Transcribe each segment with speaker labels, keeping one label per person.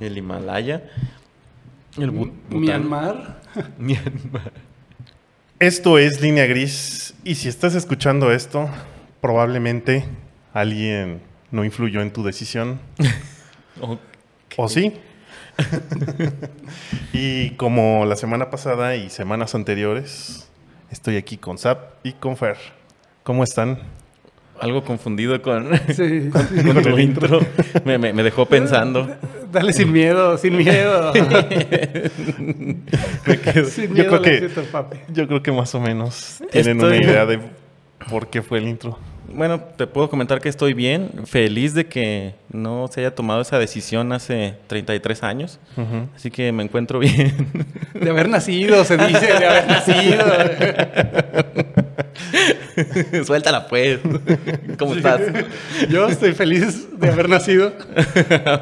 Speaker 1: el Himalaya, el Bu- Bután.
Speaker 2: Myanmar.
Speaker 1: Myanmar.
Speaker 3: Esto es Línea Gris y si estás escuchando esto, probablemente alguien no influyó en tu decisión.
Speaker 1: Ok.
Speaker 3: ¿O sí? y como la semana pasada y semanas anteriores, estoy aquí con Zap y con Fer. ¿Cómo están?
Speaker 1: Algo confundido con,
Speaker 2: Sí.
Speaker 1: con tu intro. Me, me- me dejó pensando.
Speaker 2: Dale sin miedo, sin miedo.
Speaker 3: Me quedo-
Speaker 2: sin
Speaker 3: Yo
Speaker 2: miedo
Speaker 3: creo
Speaker 2: al
Speaker 3: que
Speaker 2: éxito, papi.
Speaker 3: yo creo que más o menos tienen
Speaker 1: Estoy-
Speaker 3: una idea de por qué fue el intro.
Speaker 1: Bueno, te puedo comentar que estoy bien, feliz de que no se haya tomado esa decisión hace 33 años,
Speaker 3: Ujú.
Speaker 1: así que me encuentro bien.
Speaker 2: De haber nacido, se dice, de haber nacido.
Speaker 1: Suéltala pues. ¿Cómo estás?
Speaker 2: Yo estoy feliz de haber nacido.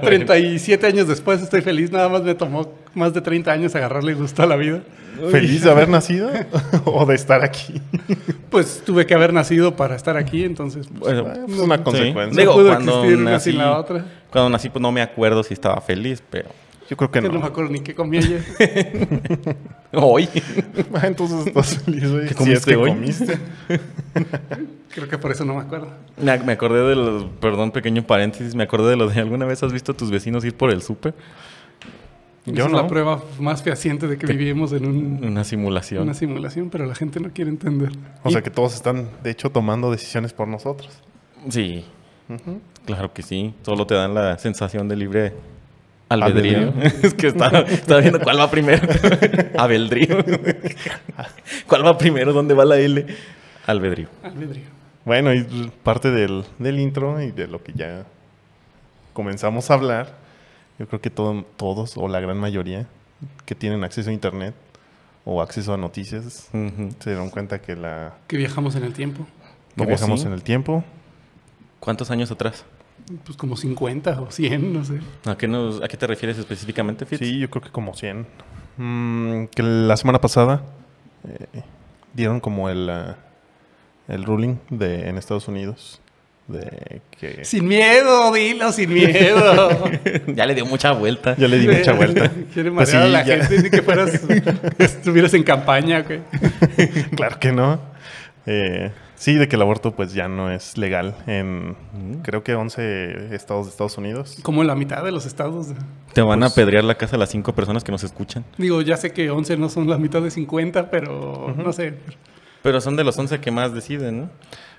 Speaker 2: 37 años después estoy feliz. Nada más me tomó más de 30 años agarrarle gusto a la vida.
Speaker 3: ¿Feliz de haber nacido o de estar aquí?
Speaker 2: Pues tuve que haber nacido para estar aquí, entonces... pues,
Speaker 1: Bueno,
Speaker 3: Es
Speaker 1: sí.
Speaker 3: una consecuencia.
Speaker 1: Digo,
Speaker 2: no pudo
Speaker 1: cuando
Speaker 2: existir una
Speaker 1: nací,
Speaker 2: sin la otra.
Speaker 1: cuando nací, pues no me acuerdo si estaba feliz, pero
Speaker 3: Yo creo que
Speaker 2: que no me
Speaker 3: no.
Speaker 2: acuerdo ni qué comí ayer.
Speaker 1: hoy.
Speaker 3: Ah, Entonces estás feliz hoy.
Speaker 1: ¿Qué
Speaker 3: si es
Speaker 1: comiste
Speaker 3: que
Speaker 1: hoy?
Speaker 3: comiste.
Speaker 2: Creo que por eso no me acuerdo.
Speaker 1: Me ac- me acordé de los, perdón, pequeño paréntesis, me acordé de lo de alguna vez has visto a tus vecinos ir por el súper,
Speaker 3: Yo
Speaker 2: es
Speaker 3: no.
Speaker 2: la prueba más fehaciente de que vivimos en un-
Speaker 1: una simulación.
Speaker 2: una simulación, pero la gente no quiere entender.
Speaker 3: O sea que todos están, de hecho, tomando decisiones por nosotros.
Speaker 1: Sí,
Speaker 3: Ujú.
Speaker 1: claro que sí, solo te dan la sensación de libre albedrío.
Speaker 3: Albedrío.
Speaker 1: es que estaba, estaba viendo cuál va primero. Abeldrío. ¿Cuál va primero? ¿Dónde va la L? Albedrío.
Speaker 2: Albedrío.
Speaker 3: Bueno, y parte del, del intro y de lo que ya comenzamos a hablar, yo creo que todo- todos o la gran mayoría que tienen acceso a internet o acceso a noticias
Speaker 1: Ujú.
Speaker 3: se dieron cuenta que la
Speaker 2: Que viajamos en el tiempo.
Speaker 3: que
Speaker 1: Oh,
Speaker 3: viajamos
Speaker 1: sí.
Speaker 3: en el tiempo.
Speaker 1: ¿Cuántos años atrás?
Speaker 2: Pues como 50 o 100, no sé.
Speaker 1: ¿A qué, nos, ¿A qué te refieres específicamente, Fitz?
Speaker 3: Sí, yo creo que como 100. Mm, que la semana pasada eh, dieron como el, ah, el ruling de, en Estados Unidos de que
Speaker 2: Sin miedo, dilo, sin miedo.
Speaker 1: ya le dio mucha vuelta.
Speaker 3: ya le di mucha vuelta.
Speaker 2: Quiere marear
Speaker 3: Pues sí,
Speaker 2: a la
Speaker 3: ya.
Speaker 2: gente ni que fueras, estuvieras en campaña, güey.
Speaker 3: Claro que no. Eh, sí, de que el aborto pues ya no es legal en
Speaker 1: Mm.
Speaker 3: creo que 11 estados de Estados Unidos.
Speaker 2: Como la mitad de los estados.
Speaker 1: Te van
Speaker 3: Pues-
Speaker 1: a apedrear la casa a las cinco personas que nos escuchan.
Speaker 2: Digo, ya sé que 11 no son la mitad de 50, pero no sé.
Speaker 1: Pero son de los 11 que más deciden, ¿no?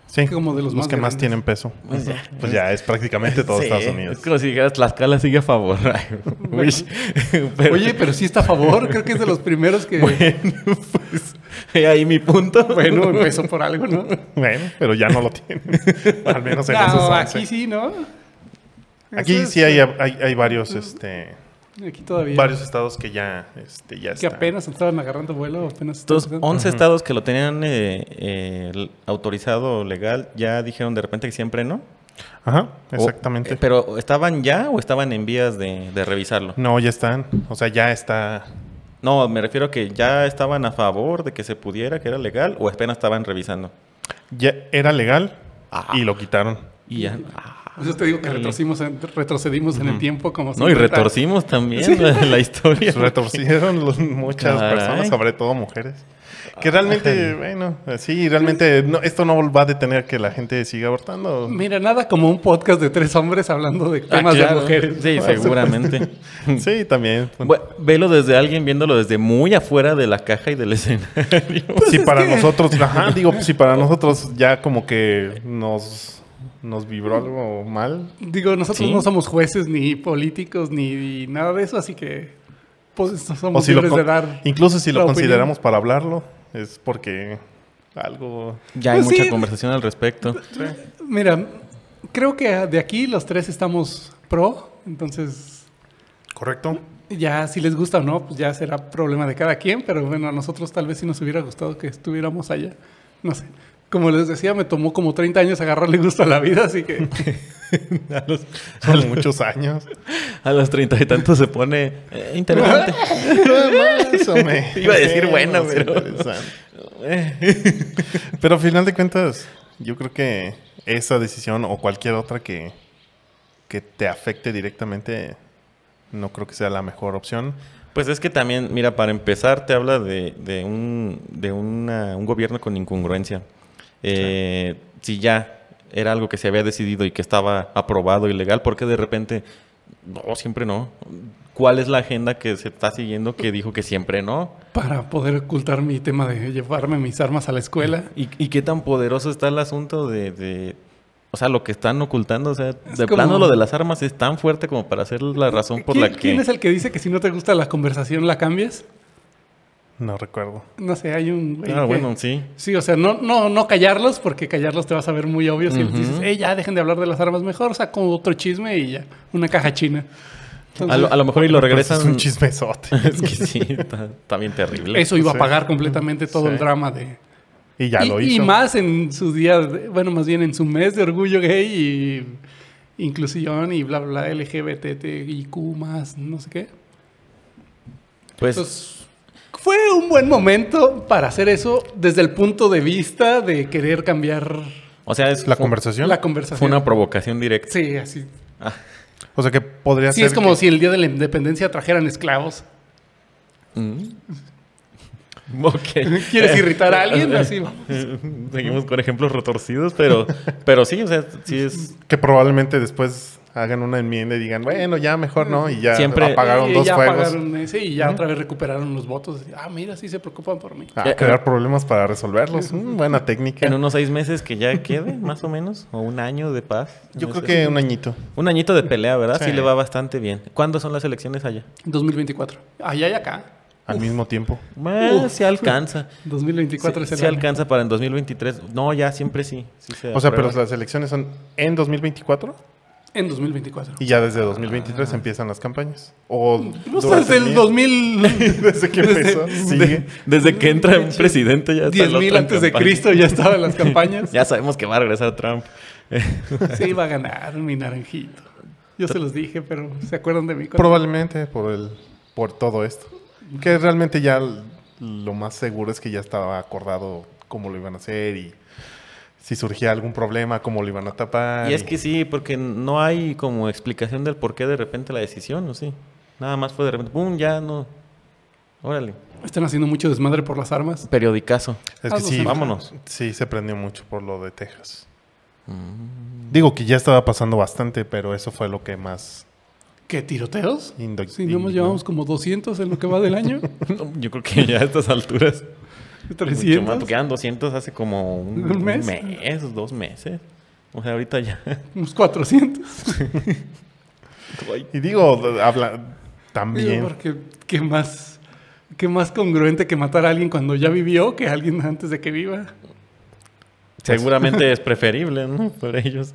Speaker 3: Sí,
Speaker 2: Como de los más
Speaker 3: que más
Speaker 2: grandes.
Speaker 3: tienen peso.
Speaker 1: Pues ya.
Speaker 3: Pues ya es prácticamente todo
Speaker 1: Sí,
Speaker 3: Estados Unidos.
Speaker 1: Es como si dijeras, Tlaxcala sigue a favor. Ay, uy. Pero-
Speaker 2: Oye, pero sí está a favor. Creo que es de los primeros que, bueno,
Speaker 1: Bueno, pues he ahí mi punto.
Speaker 2: empezó por algo, ¿no?
Speaker 3: Bueno, pero ya no lo tienen. Al menos en esos
Speaker 2: No,
Speaker 3: 11.
Speaker 2: aquí sí, ¿no?
Speaker 3: Aquí
Speaker 2: Eso es-
Speaker 3: sí hay, hay, hay varios, este,
Speaker 2: Aquí todavía.
Speaker 3: varios estados que ya, este, ya
Speaker 2: que
Speaker 3: están.
Speaker 2: apenas estaban agarrando vuelo, apenas
Speaker 1: Estos
Speaker 2: estaban
Speaker 1: 11 estados que lo tenían eh, eh, l- autorizado o legal ya dijeron de repente que siempre no.
Speaker 3: Ajá,
Speaker 1: O-
Speaker 3: exactamente.
Speaker 1: eh, pero ¿estaban ya o estaban en vías de, de revisarlo?
Speaker 3: No, ya están. O sea, ya está.
Speaker 1: No, me refiero a que ya estaban a favor de que se pudiera, que era legal, o apenas estaban revisando.
Speaker 3: Ya era legal
Speaker 1: Ah.
Speaker 3: y lo quitaron.
Speaker 1: Y ya. ah,
Speaker 2: Por eso te digo que retrocedimos en, retrocedimos en el tiempo como
Speaker 1: No, y
Speaker 2: 50.
Speaker 1: retorcimos también la, la historia.
Speaker 3: Pues Retorcieron los- muchas
Speaker 1: Caray.
Speaker 3: personas, sobre todo mujeres. Que realmente, bueno, sí, realmente no, esto no va a detener que la gente siga abortando.
Speaker 2: Mira, nada como un podcast de tres hombres hablando de
Speaker 1: Ah,
Speaker 2: temas
Speaker 1: claro.
Speaker 2: de mujeres.
Speaker 1: Sí, seguramente.
Speaker 3: Sí, también. Pues
Speaker 1: Bueno, velo desde alguien viéndolo desde muy afuera de la caja y del escenario.
Speaker 3: si
Speaker 2: Pues es
Speaker 3: para
Speaker 2: que-
Speaker 3: nosotros, ajá, digo, si para nosotros ya como que nos, nos vibró algo mal,
Speaker 2: Digo, nosotros
Speaker 1: Sí.
Speaker 2: no somos jueces ni políticos ni nada de eso, así que pues no
Speaker 3: O
Speaker 2: somos
Speaker 3: si lo
Speaker 2: libres
Speaker 3: con-
Speaker 2: de dar.
Speaker 3: incluso si lo
Speaker 2: la
Speaker 3: consideramos para hablarlo, es porque algo...
Speaker 1: Ya hay
Speaker 2: Pues
Speaker 1: mucha
Speaker 2: sí.
Speaker 1: conversación al respecto.
Speaker 2: opinión. Mira, creo que de aquí los tres estamos pro, entonces
Speaker 3: ¿Correcto?
Speaker 2: ya si les gusta o no, pues ya será problema de cada quien, pero bueno, a nosotros tal vez sí nos hubiera gustado que estuviéramos allá. No sé. Como les decía, me tomó como 30 años agarrarle gusto a la vida, así que
Speaker 1: A los,
Speaker 3: Son muchos años.
Speaker 1: a los treinta y tantos se pone eh, interesante.
Speaker 3: Más o menos.
Speaker 1: Iba a decir bueno, pero-
Speaker 3: Interesante.
Speaker 1: Eh,
Speaker 3: Pero al final de cuentas, yo creo que esa decisión o cualquier otra que, que te afecte directamente No creo que sea la mejor opción.
Speaker 1: Pues es que también, mira, para empezar, te habla de, de un, de una- un gobierno con incongruencia. Eh, Si ya era algo que se había decidido y que estaba aprobado y legal, ¿por qué de repente, no, siempre no? ¿Cuál es la agenda que se está siguiendo que dijo que siempre no?
Speaker 2: Para poder ocultar mi tema de llevarme mis armas a la escuela.
Speaker 1: ¿Y, y qué tan poderoso está el asunto de, de- O sea, lo que están ocultando, o sea, de
Speaker 2: como-
Speaker 1: plano lo de las armas es tan fuerte como para ser la razón por
Speaker 2: ¿Quién,
Speaker 1: la que...
Speaker 2: quién es el que dice que si no te gusta la conversación la cambias?
Speaker 3: No recuerdo.
Speaker 2: No sé, hay un güey
Speaker 1: Ah,
Speaker 2: que-
Speaker 1: bueno, sí.
Speaker 2: Sí, o sea, no, no, no callarlos, porque callarlos te vas a ver muy obvio si les
Speaker 1: Ujú.
Speaker 2: dices, eh, ya dejen de hablar de las armas, mejor saco otro chisme y ya, una caja china.
Speaker 1: A lo, a lo mejor y lo
Speaker 3: Pero eso
Speaker 1: regresan...
Speaker 3: pues, Es un chismesote.
Speaker 1: es que sí, está, está bien terrible.
Speaker 2: Eso iba a
Speaker 3: Sí.
Speaker 2: pagar completamente todo
Speaker 3: Sí.
Speaker 2: el drama de...
Speaker 3: Y ya
Speaker 2: y,
Speaker 3: lo
Speaker 2: y
Speaker 3: hizo.
Speaker 2: más en su día, de- bueno, más bien en su mes de orgullo gay y inclusión y bla, bla, LGBTIQ más, no sé qué.
Speaker 1: Pues,
Speaker 2: Entonces, fue un buen momento para hacer eso desde el punto de vista de querer cambiar
Speaker 1: o sea, es
Speaker 3: La
Speaker 1: fue,
Speaker 3: conversación.
Speaker 2: la conversación.
Speaker 1: fue una provocación directa.
Speaker 2: Sí, así.
Speaker 1: Ah,
Speaker 3: O sea que podría
Speaker 2: Sí,
Speaker 3: ser.
Speaker 2: es como
Speaker 3: que-
Speaker 2: si el día de la independencia trajeran esclavos.
Speaker 1: mm. Ok.
Speaker 3: Eh,
Speaker 2: ¿Quieres irritar a alguien? Así vamos.
Speaker 1: Seguimos con ejemplos retorcidos, pero, pero sí, o sea, sí es...
Speaker 3: Que probablemente después hagan una enmienda y digan, bueno, ya mejor no. Y ya
Speaker 1: Siempre-
Speaker 3: apagaron
Speaker 2: Y
Speaker 3: dos
Speaker 2: ya
Speaker 3: fuegos.
Speaker 2: apagaron ese y ya otra vez recuperaron los votos. Ah, mira, sí se preocupan por mí.
Speaker 3: Ah, crear problemas para resolverlos. Mm, buena técnica.
Speaker 1: En unos seis meses que ya quede, más o menos, o un año de paz.
Speaker 3: Yo creo
Speaker 1: Es-
Speaker 3: que un añito.
Speaker 1: Un añito de pelea, ¿verdad? Sí.
Speaker 3: Sí.
Speaker 1: le va bastante bien. ¿Cuándo son las elecciones allá?
Speaker 2: 2024. Allá y acá.
Speaker 3: Al
Speaker 2: Uf,
Speaker 3: mismo tiempo.
Speaker 1: Bueno,
Speaker 2: Uf.
Speaker 1: se alcanza.
Speaker 2: 2024
Speaker 1: se,
Speaker 2: es
Speaker 1: se
Speaker 2: el año.
Speaker 1: alcanza para en 2023. No, ya siempre sí. sí se
Speaker 3: O sea, pero
Speaker 1: aprueba.
Speaker 3: las elecciones son en 2024
Speaker 2: En 2024.
Speaker 3: y ya desde 2023
Speaker 1: Ah.
Speaker 3: empiezan las campañas. O
Speaker 2: No sé,
Speaker 3: durante
Speaker 2: Pues desde el
Speaker 3: día.
Speaker 2: 2000.
Speaker 3: Desde que empezó.
Speaker 1: De-
Speaker 3: Sigue.
Speaker 1: desde que entra un presidente ya está el
Speaker 2: 10.000
Speaker 1: otro en
Speaker 2: antes de
Speaker 1: campaña.
Speaker 2: Cristo ya estaban las campañas.
Speaker 1: Ya sabemos que va a regresar Trump.
Speaker 2: Se iba a ganar mi naranjito. Yo se los dije, pero ¿se acuerdan de mí?
Speaker 3: Probablemente por el por todo esto. Que realmente ya l- lo más seguro es que ya estaba acordado cómo lo iban a hacer y si surgía algún problema, cómo lo iban a tapar.
Speaker 1: Y es que sí, porque no hay como explicación del por qué de repente la decisión, ¿o sí? Nada más fue de repente, ¡pum! Ya no. Órale.
Speaker 2: Están haciendo mucho desmadre por las armas.
Speaker 1: Periodicazo.
Speaker 3: Es
Speaker 2: Ah,
Speaker 3: que
Speaker 2: no
Speaker 3: sí,
Speaker 2: sé.
Speaker 1: Vámonos.
Speaker 3: sí, se prendió mucho por lo de Texas.
Speaker 1: Mm.
Speaker 3: Digo que ya estaba pasando bastante, pero eso fue lo que más
Speaker 2: ¿Qué tiroteos?
Speaker 3: indo-
Speaker 2: Si no nos
Speaker 3: indignó.
Speaker 2: llevamos como 200 en lo que va del año.
Speaker 1: No, Yo creo que ya a estas alturas. Mucho más,
Speaker 2: 300.
Speaker 1: porque eran 200 hace como un,
Speaker 2: ¿Un mes?
Speaker 1: mes? dos meses. O sea, ahorita ya.
Speaker 2: Unos 400.
Speaker 1: Ay,
Speaker 3: Y digo, d- habla
Speaker 2: Digo,
Speaker 3: también.
Speaker 2: porque qué más, qué más congruente que matar a alguien cuando ya vivió que alguien antes de que viva.
Speaker 1: Seguramente es preferible, ¿no? Por ellos.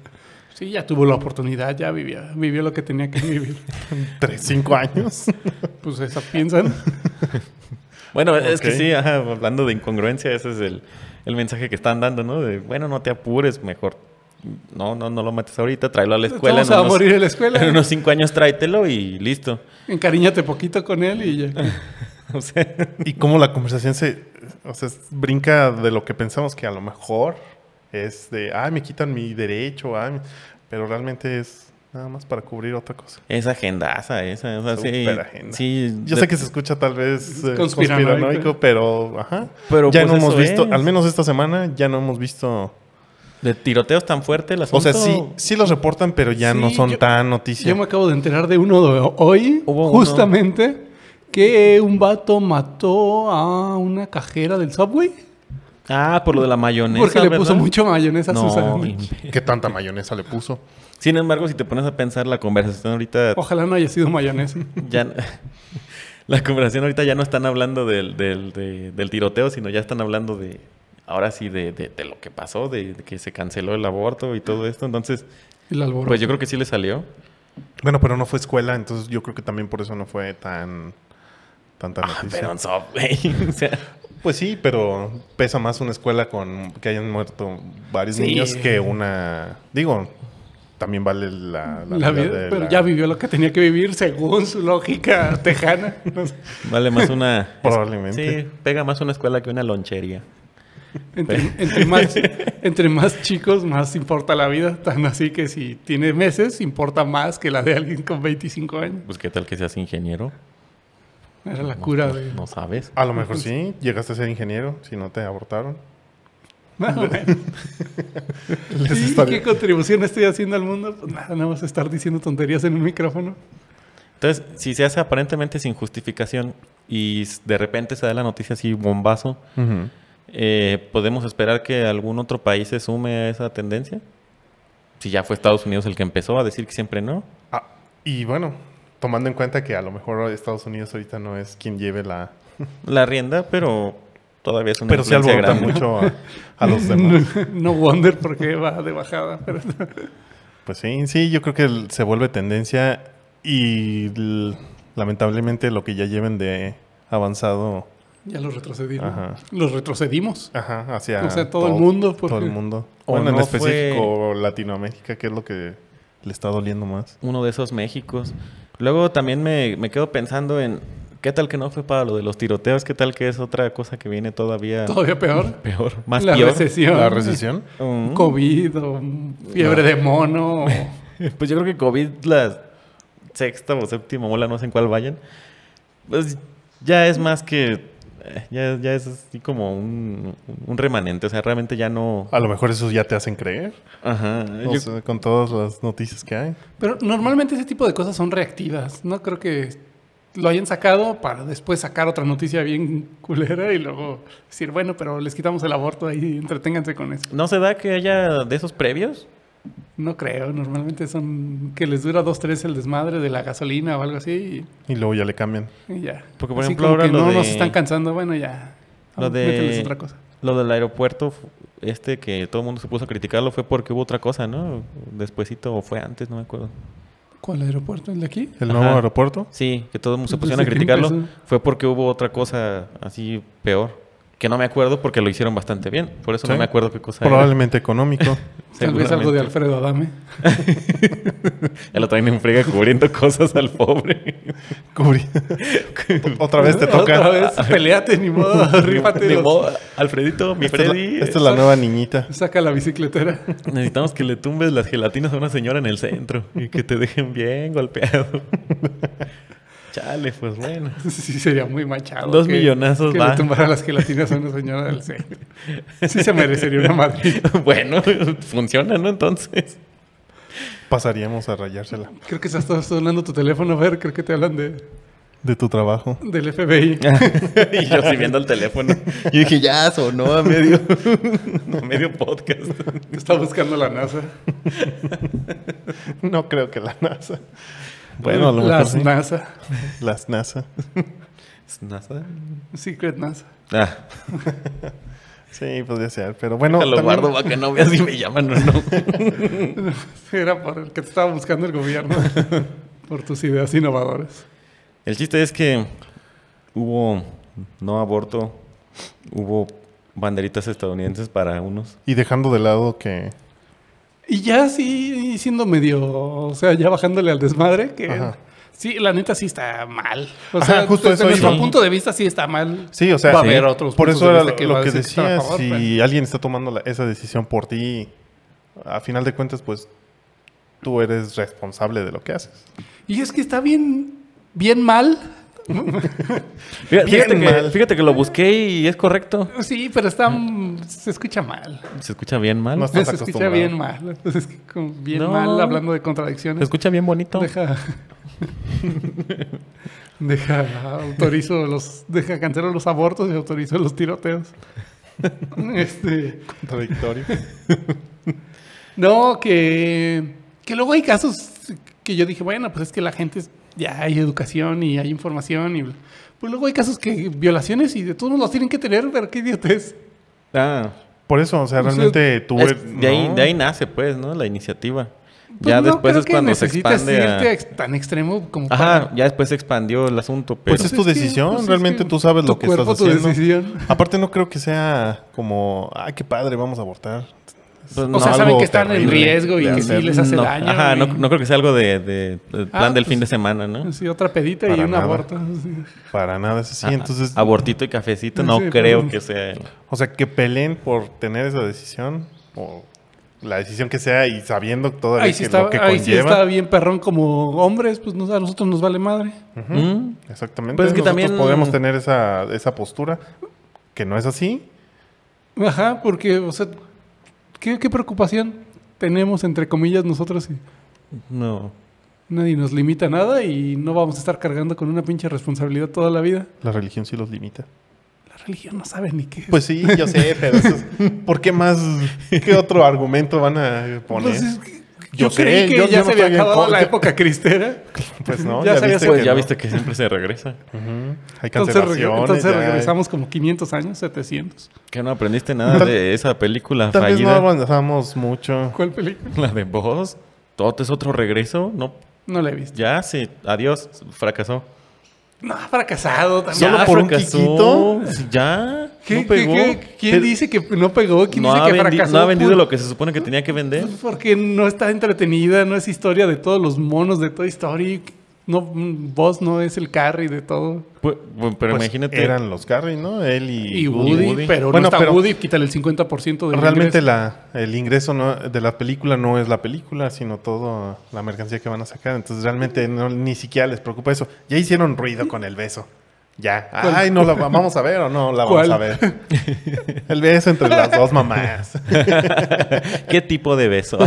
Speaker 2: Sí, ya tuvo la oportunidad, ya vivió, vivió lo que tenía que vivir.
Speaker 3: Tres, cinco años.
Speaker 2: Pues esa piensan.
Speaker 1: Bueno, es que
Speaker 3: Ok.
Speaker 1: sí, ajá, hablando de incongruencia, ese es el, el mensaje que están dando, ¿no? De, bueno, no te apures, mejor. No, no, no lo mates ahorita, tráelo a la escuela.
Speaker 2: Vamos
Speaker 1: en
Speaker 2: a
Speaker 1: unos-
Speaker 2: morir en la escuela.
Speaker 1: En unos cinco años tráetelo y listo.
Speaker 2: Encariñate poquito con él y ya.
Speaker 1: O sea,
Speaker 3: y cómo la conversación se o sea, es- brinca de lo que pensamos que a lo mejor es de, ah, me quitan mi derecho, ah, mi-". pero realmente es nada más para cubrir otra cosa.
Speaker 1: es agendaza esa. O sea, sí,
Speaker 3: Superagenda.
Speaker 1: sí,
Speaker 3: Yo
Speaker 1: de-
Speaker 3: sé que se escucha tal vez eh,
Speaker 2: Conspiranoico.
Speaker 3: conspiranoico, pero ajá.
Speaker 1: Pero
Speaker 3: ya
Speaker 1: pues
Speaker 3: no hemos
Speaker 1: eso
Speaker 3: visto,
Speaker 1: es.
Speaker 3: al menos esta semana, ya no hemos visto.
Speaker 1: de tiroteos tan fuerte el
Speaker 3: O
Speaker 1: asunto.
Speaker 3: sea, sí, sí los reportan, pero ya
Speaker 2: Sí,
Speaker 3: no son
Speaker 2: yo-
Speaker 3: tan noticia.
Speaker 2: Yo me acabo de enterar de uno de hoy,
Speaker 1: Hubo uno.
Speaker 2: justamente, que un vato mató a una cajera del Subway
Speaker 1: Ah, por lo de la mayonesa.
Speaker 2: porque le puso
Speaker 1: ¿verdad?
Speaker 2: mucho mayonesa a su
Speaker 1: No,
Speaker 2: sándwich.
Speaker 3: ¿Qué tanta mayonesa le puso?
Speaker 1: Sin embargo, si te pones a pensar la conversación ahorita,
Speaker 2: Ojalá no haya sido mayonesa.
Speaker 1: ya la conversación ahorita ya no están hablando del, del- de- del tiroteo, sino ya están hablando de ahora sí de, de- de lo que pasó, de, de que se canceló el aborto y todo esto. Entonces,
Speaker 2: El alboroto.
Speaker 1: pues yo creo que sí le salió.
Speaker 3: Bueno, pero no fue escuela, entonces yo creo que también por eso no fue tan tanta noticia.
Speaker 1: Pero en Subway, o sea,
Speaker 3: Pues sí, pero pesa más una escuela con que hayan muerto varios
Speaker 2: Sí.
Speaker 3: niños que una. Digo, también vale la, la
Speaker 2: La
Speaker 3: vida
Speaker 2: vida-
Speaker 3: de
Speaker 2: pero
Speaker 3: la-
Speaker 2: ya vivió lo que tenía que vivir según su lógica tejana. No sé.
Speaker 1: vale más una
Speaker 3: Probablemente.
Speaker 1: Sí, pega más una escuela que una lonchería.
Speaker 2: Entre, entre más, entre más chicos, más importa la vida. Tan así que si tiene meses, importa más que la de alguien con 25 años.
Speaker 1: Pues qué tal que seas ingeniero.
Speaker 2: Era la
Speaker 1: No-
Speaker 2: cura
Speaker 1: no-
Speaker 2: de...
Speaker 1: no sabes.
Speaker 3: A lo mejor sí, llegaste a ser ingeniero, si no te abortaron.
Speaker 2: Más o menos.
Speaker 3: Les
Speaker 2: Sí,
Speaker 3: estaría-
Speaker 2: ¿Qué contribución estoy haciendo al mundo? Pues nada, nada más estar diciendo tonterías en un micrófono.
Speaker 1: Entonces, si se hace aparentemente sin justificación y s- de repente se da la noticia así bombazo,
Speaker 3: Ujú.
Speaker 1: eh, ¿podemos esperar que algún otro país se sume a esa tendencia? Si ya fue Estados Unidos el que empezó a decir que siempre no.
Speaker 3: Ah, y bueno, tomando en cuenta que a lo mejor Estados Unidos ahorita no es quien lleve la...
Speaker 1: La rienda, pero todavía es una
Speaker 3: Pero sí
Speaker 1: influencia
Speaker 3: alborota
Speaker 1: grande.
Speaker 3: mucho a, a los
Speaker 2: No,
Speaker 3: demás.
Speaker 2: no wonder porque va de bajada. Pero
Speaker 3: Pues sí, sí, yo creo que el- se vuelve tendencia y l- lamentablemente lo que ya lleven de avanzado
Speaker 2: ya los retrocedimos.
Speaker 3: Ajá.
Speaker 2: Los retrocedimos.
Speaker 3: ajá, hacia
Speaker 2: O sea, todo el mundo, porque-
Speaker 3: Todo el mundo.
Speaker 1: O
Speaker 3: bueno, en
Speaker 1: no
Speaker 3: específico Latinoamérica, que es lo que le está doliendo más.
Speaker 1: Uno de esos Méxicos. Luego también me, me quedo pensando en qué tal que no fue para lo de los tiroteos, qué tal que es otra cosa que viene todavía
Speaker 2: Todavía peor.
Speaker 1: peor, más
Speaker 2: la
Speaker 1: peor.
Speaker 2: recesión.
Speaker 3: Ah. La recesión.
Speaker 1: Mm.
Speaker 2: COVID o mm, fiebre de mono. o-
Speaker 1: Pues yo creo que COVID, la sexta o séptima ola, no sé en cuál vayan, pues ya es más que. eh, Ya, ya es así como un, un remanente, o sea, realmente ya no.
Speaker 3: A lo mejor esos ya te hacen creer.
Speaker 1: Ajá.
Speaker 3: o
Speaker 1: yo-
Speaker 3: sea, con todas las noticias que hay.
Speaker 2: Pero normalmente ese tipo de cosas son reactivas. No creo que lo hayan sacado para después sacar otra noticia bien culera y luego decir, bueno, pero les quitamos el aborto ahí, entreténganse con eso.
Speaker 1: ¿No se da que haya de esos previos?
Speaker 2: No creo, normalmente son que les dura dos, tres el desmadre de la gasolina o algo así
Speaker 3: Y luego ya le cambian.
Speaker 2: y, y ya.
Speaker 1: Porque, por
Speaker 2: Así
Speaker 1: ejemplo,
Speaker 2: como
Speaker 1: ahora
Speaker 2: que
Speaker 1: lo
Speaker 2: no
Speaker 1: de-
Speaker 2: nos están cansando, bueno, ya.
Speaker 1: Lo de-
Speaker 2: mételes otra cosa.
Speaker 1: Lo del aeropuerto, fu- este que todo el mundo se puso a criticarlo, fue porque hubo otra cosa, ¿no? Despuésito, o fue antes, no me acuerdo.
Speaker 2: ¿Cuál aeropuerto? ¿El de aquí?
Speaker 3: El nuevo
Speaker 1: Ajá.
Speaker 3: aeropuerto.
Speaker 1: Sí, que todos se pusieron a
Speaker 2: Desde que
Speaker 1: criticarlo.
Speaker 2: empezó.
Speaker 1: Fue porque hubo otra cosa así peor. Que no me acuerdo porque lo hicieron bastante bien. Por eso no
Speaker 3: Sí.
Speaker 1: me acuerdo qué cosa era.
Speaker 3: Probablemente económico.
Speaker 2: Tal vez algo
Speaker 1: Seguramente.
Speaker 2: de Alfredo Adame.
Speaker 1: Ya lo traen en frega cubriendo cosas al pobre.
Speaker 3: Cubrí. Otra vez te toca.
Speaker 2: Otra vez, peleate, ni modo, rífate.
Speaker 1: Este Ni
Speaker 2: los-
Speaker 1: modo, Ah, Alfredito, mi
Speaker 3: Esta es, la,
Speaker 1: Freddy.
Speaker 3: esta es la nueva niñita.
Speaker 2: Saca la bicicletera.
Speaker 1: Necesitamos que le tumbes las gelatinas a una señora en el centro y que te dejen bien golpeado. Chale, pues bueno.
Speaker 2: Sí, sería muy machado.
Speaker 1: Dos
Speaker 2: que-
Speaker 1: millonazos,
Speaker 2: Que
Speaker 1: va.
Speaker 2: le tumbara las gelatinas a una señora del centro. Sí se merecería una madre.
Speaker 1: Bueno, funciona, ¿no? Entonces.
Speaker 3: Pasaríamos a rayársela.
Speaker 2: Creo que se está sonando tu teléfono, ver, creo que te hablan de,
Speaker 3: De tu trabajo.
Speaker 2: del FBI.
Speaker 1: y yo sí viendo el teléfono. Yo dije, ya sonó a medio, a medio podcast.
Speaker 2: Te está buscando la NASA.
Speaker 3: No creo que la NASA. Bueno, a lo mejor
Speaker 2: Las
Speaker 3: sí.
Speaker 2: NASA.
Speaker 3: Las NASA.
Speaker 1: ¿Es NASA?
Speaker 2: Secret NASA.
Speaker 1: Ah,
Speaker 3: Sí, podría ser. Pero bueno,
Speaker 1: te lo
Speaker 3: también-
Speaker 1: guardo para que no veas si me llaman o no.
Speaker 2: Era por el que te estaba buscando el gobierno. por tus ideas innovadoras.
Speaker 1: El chiste es que hubo no aborto, hubo banderitas estadounidenses para unos.
Speaker 3: y dejando de lado que
Speaker 2: Y ya sí, siendo medio. O sea, ya bajándole al desmadre, que.
Speaker 3: Ajá.
Speaker 2: Sí, la neta sí está mal. O
Speaker 3: Ajá,
Speaker 2: sea,
Speaker 3: justo
Speaker 2: desde
Speaker 3: eso
Speaker 2: nuestro
Speaker 1: iba.
Speaker 2: punto de vista sí está mal.
Speaker 3: Sí, o sea,
Speaker 2: va
Speaker 1: sí.
Speaker 2: a haber otros
Speaker 3: por
Speaker 2: puntos
Speaker 3: eso
Speaker 2: de
Speaker 3: era
Speaker 2: vista que va
Speaker 3: lo
Speaker 2: a
Speaker 3: que
Speaker 2: decir pues". están a
Speaker 3: decía,
Speaker 2: favor,
Speaker 3: si
Speaker 2: pero-
Speaker 3: alguien está tomando la- esa decisión por ti, a final de cuentas, pues tú eres responsable de lo que haces.
Speaker 2: Y es que está bien, bien mal.
Speaker 1: Fíjate,
Speaker 3: Bien
Speaker 1: fíjate que,
Speaker 3: mal.
Speaker 1: fíjate que lo busqué y es correcto.
Speaker 2: Sí, pero está, mm, se escucha mal.
Speaker 1: Se escucha bien mal.
Speaker 3: No
Speaker 2: Se
Speaker 3: estás
Speaker 2: escucha
Speaker 3: acostumbrado.
Speaker 2: bien mal. Es que como bien
Speaker 1: No.
Speaker 2: mal hablando de
Speaker 1: Se
Speaker 2: contradicciones.
Speaker 1: escucha bien bonito.
Speaker 2: Deja. deja, autorizo los, deja, cancelo los abortos y autorizo los tiroteos. este,
Speaker 3: Contradictorio.
Speaker 2: no, que, que luego hay casos que yo dije, bueno, pues es que la gente es- ya hay educación y hay información y bla. pues luego hay casos que violaciones y de todos modos los tienen que tener, pero qué Pues idiotez.
Speaker 1: Ah,
Speaker 3: Por eso, o sea,
Speaker 2: O sea,
Speaker 3: realmente tú
Speaker 1: es-
Speaker 3: eres-
Speaker 1: de, ahí,
Speaker 3: ¿no?
Speaker 1: de ahí nace, pues, ¿no? La iniciativa.
Speaker 2: Pues
Speaker 1: ya
Speaker 2: no
Speaker 1: después
Speaker 2: creo
Speaker 1: es
Speaker 2: que
Speaker 1: cuando se
Speaker 2: necesitas
Speaker 1: expande. a-
Speaker 2: irte a ex- tan extremo como
Speaker 1: Ajá,
Speaker 2: para-
Speaker 1: ya después se expandió el asunto, pero
Speaker 3: Pues es-
Speaker 2: que-
Speaker 3: tu decisión,
Speaker 2: es
Speaker 3: realmente
Speaker 2: que
Speaker 3: tú sabes lo
Speaker 2: tu
Speaker 3: que
Speaker 2: cuerpo,
Speaker 3: estás haciendo.
Speaker 2: Tu decisión.
Speaker 3: Aparte no creo que sea como, ay, qué padre, vamos a abortar.
Speaker 1: Pues
Speaker 2: o
Speaker 1: no,
Speaker 2: sea, saben
Speaker 3: algo
Speaker 2: que están en
Speaker 3: terrible
Speaker 2: riesgo y
Speaker 3: de
Speaker 2: que
Speaker 3: hacer.
Speaker 2: sí les hace
Speaker 1: no,
Speaker 2: daño.
Speaker 1: Ajá,
Speaker 2: y-
Speaker 1: no, no creo que sea algo de, de- de plan
Speaker 2: Ah,
Speaker 1: del fin de
Speaker 2: pues,
Speaker 1: semana, ¿no?
Speaker 2: Sí, otra pedita y
Speaker 3: Para
Speaker 2: un
Speaker 3: nada.
Speaker 2: aborto. sí.
Speaker 3: Para nada es así.
Speaker 2: Ah,
Speaker 1: Ajá,
Speaker 3: Entonces,
Speaker 1: Abortito y cafecito, no
Speaker 2: Sí, pues,
Speaker 1: creo
Speaker 2: no.
Speaker 1: que sea. el-
Speaker 3: o sea, que peleen por tener esa decisión o la decisión que sea y sabiendo todavía
Speaker 2: Ahí sí,
Speaker 3: que
Speaker 2: está,
Speaker 3: lo que
Speaker 2: ahí sí
Speaker 3: conlleva.
Speaker 2: está bien perrón como hombres, pues nos- a nosotros nos vale madre.
Speaker 1: Mm.
Speaker 3: Exactamente.
Speaker 1: Pues es que
Speaker 3: Nosotros
Speaker 1: también-
Speaker 3: podemos tener esa, esa postura que no es así.
Speaker 2: Ajá, porque, o sea, ¿qué, qué preocupación tenemos entre comillas nosotros si
Speaker 1: No.
Speaker 2: nadie nos limita nada y no vamos a estar cargando con una pinche responsabilidad toda la vida?
Speaker 3: La religión sí los limita.
Speaker 2: La religión no sabe ni qué es.
Speaker 3: Pues sí, yo sé, pero eso es- ¿por qué más? ¿Qué otro argumento van a poner?
Speaker 2: Pues es que- yo,
Speaker 3: Yo sé,
Speaker 2: creí que
Speaker 3: yo-
Speaker 2: ya
Speaker 3: yo no
Speaker 2: se había
Speaker 3: estoy bien
Speaker 2: acabado
Speaker 3: con-
Speaker 2: la época cristera.
Speaker 3: Pues no,
Speaker 2: Ya
Speaker 3: ya,
Speaker 2: sabías
Speaker 3: viste
Speaker 2: eso.
Speaker 1: Pues
Speaker 3: que
Speaker 1: ya
Speaker 3: no.
Speaker 1: viste que siempre se regresa.
Speaker 3: Ujú. Hay
Speaker 2: Entonces, reg-
Speaker 3: cancelaciones.
Speaker 2: entonces
Speaker 3: ya hay-
Speaker 2: regresamos como 500 años, 700.
Speaker 1: Que no aprendiste nada
Speaker 3: Tal-
Speaker 1: de esa película
Speaker 3: Tal vez no
Speaker 1: fallida.
Speaker 3: avanzamos mucho.
Speaker 2: ¿Cuál película?
Speaker 1: La de vos. Todo es otro regreso. No,
Speaker 2: No la he visto.
Speaker 1: ya sí. Adiós. Fracasó.
Speaker 2: No, ha fracasado también.
Speaker 3: ¿Solo
Speaker 1: Ya
Speaker 3: por un
Speaker 1: fracasó.
Speaker 3: quiquito?
Speaker 1: Sí, Ya.
Speaker 2: ¿Qué-
Speaker 1: no pegó.
Speaker 2: qué- qué- ¿Quién
Speaker 1: Pero
Speaker 2: dice que no pegó? ¿Quién
Speaker 1: no
Speaker 2: dice
Speaker 1: ha
Speaker 2: que
Speaker 1: vendi-
Speaker 2: fracasó?
Speaker 1: No ha vendido
Speaker 2: Por-
Speaker 1: lo que se supone que tenía que vender.
Speaker 2: Pues Porque no está entretenida, no es historia de todos los monos de Toy Story. No, mm, Buzz no es el carry de todo.
Speaker 1: Pues, pues, pero
Speaker 3: Pues
Speaker 1: imagínate.
Speaker 3: Eran los Gary, ¿no? Él y,
Speaker 2: Y, Woody,
Speaker 1: Woody.
Speaker 2: pero
Speaker 3: Bueno,
Speaker 2: no está
Speaker 3: pero-
Speaker 2: Woody, quítale el 50% de
Speaker 3: Realmente la, el ingreso no- de la película no es la película, sino toda la mercancía que van a sacar. Entonces realmente no- ni siquiera les preocupa eso. Ya hicieron ruido con el beso. Ya.
Speaker 2: ¿Cuál?
Speaker 3: Ay, no la va- vamos a ver o no la
Speaker 2: ¿Cuál?
Speaker 3: vamos a ver. El beso entre las dos mamás.
Speaker 1: ¿Qué tipo de beso?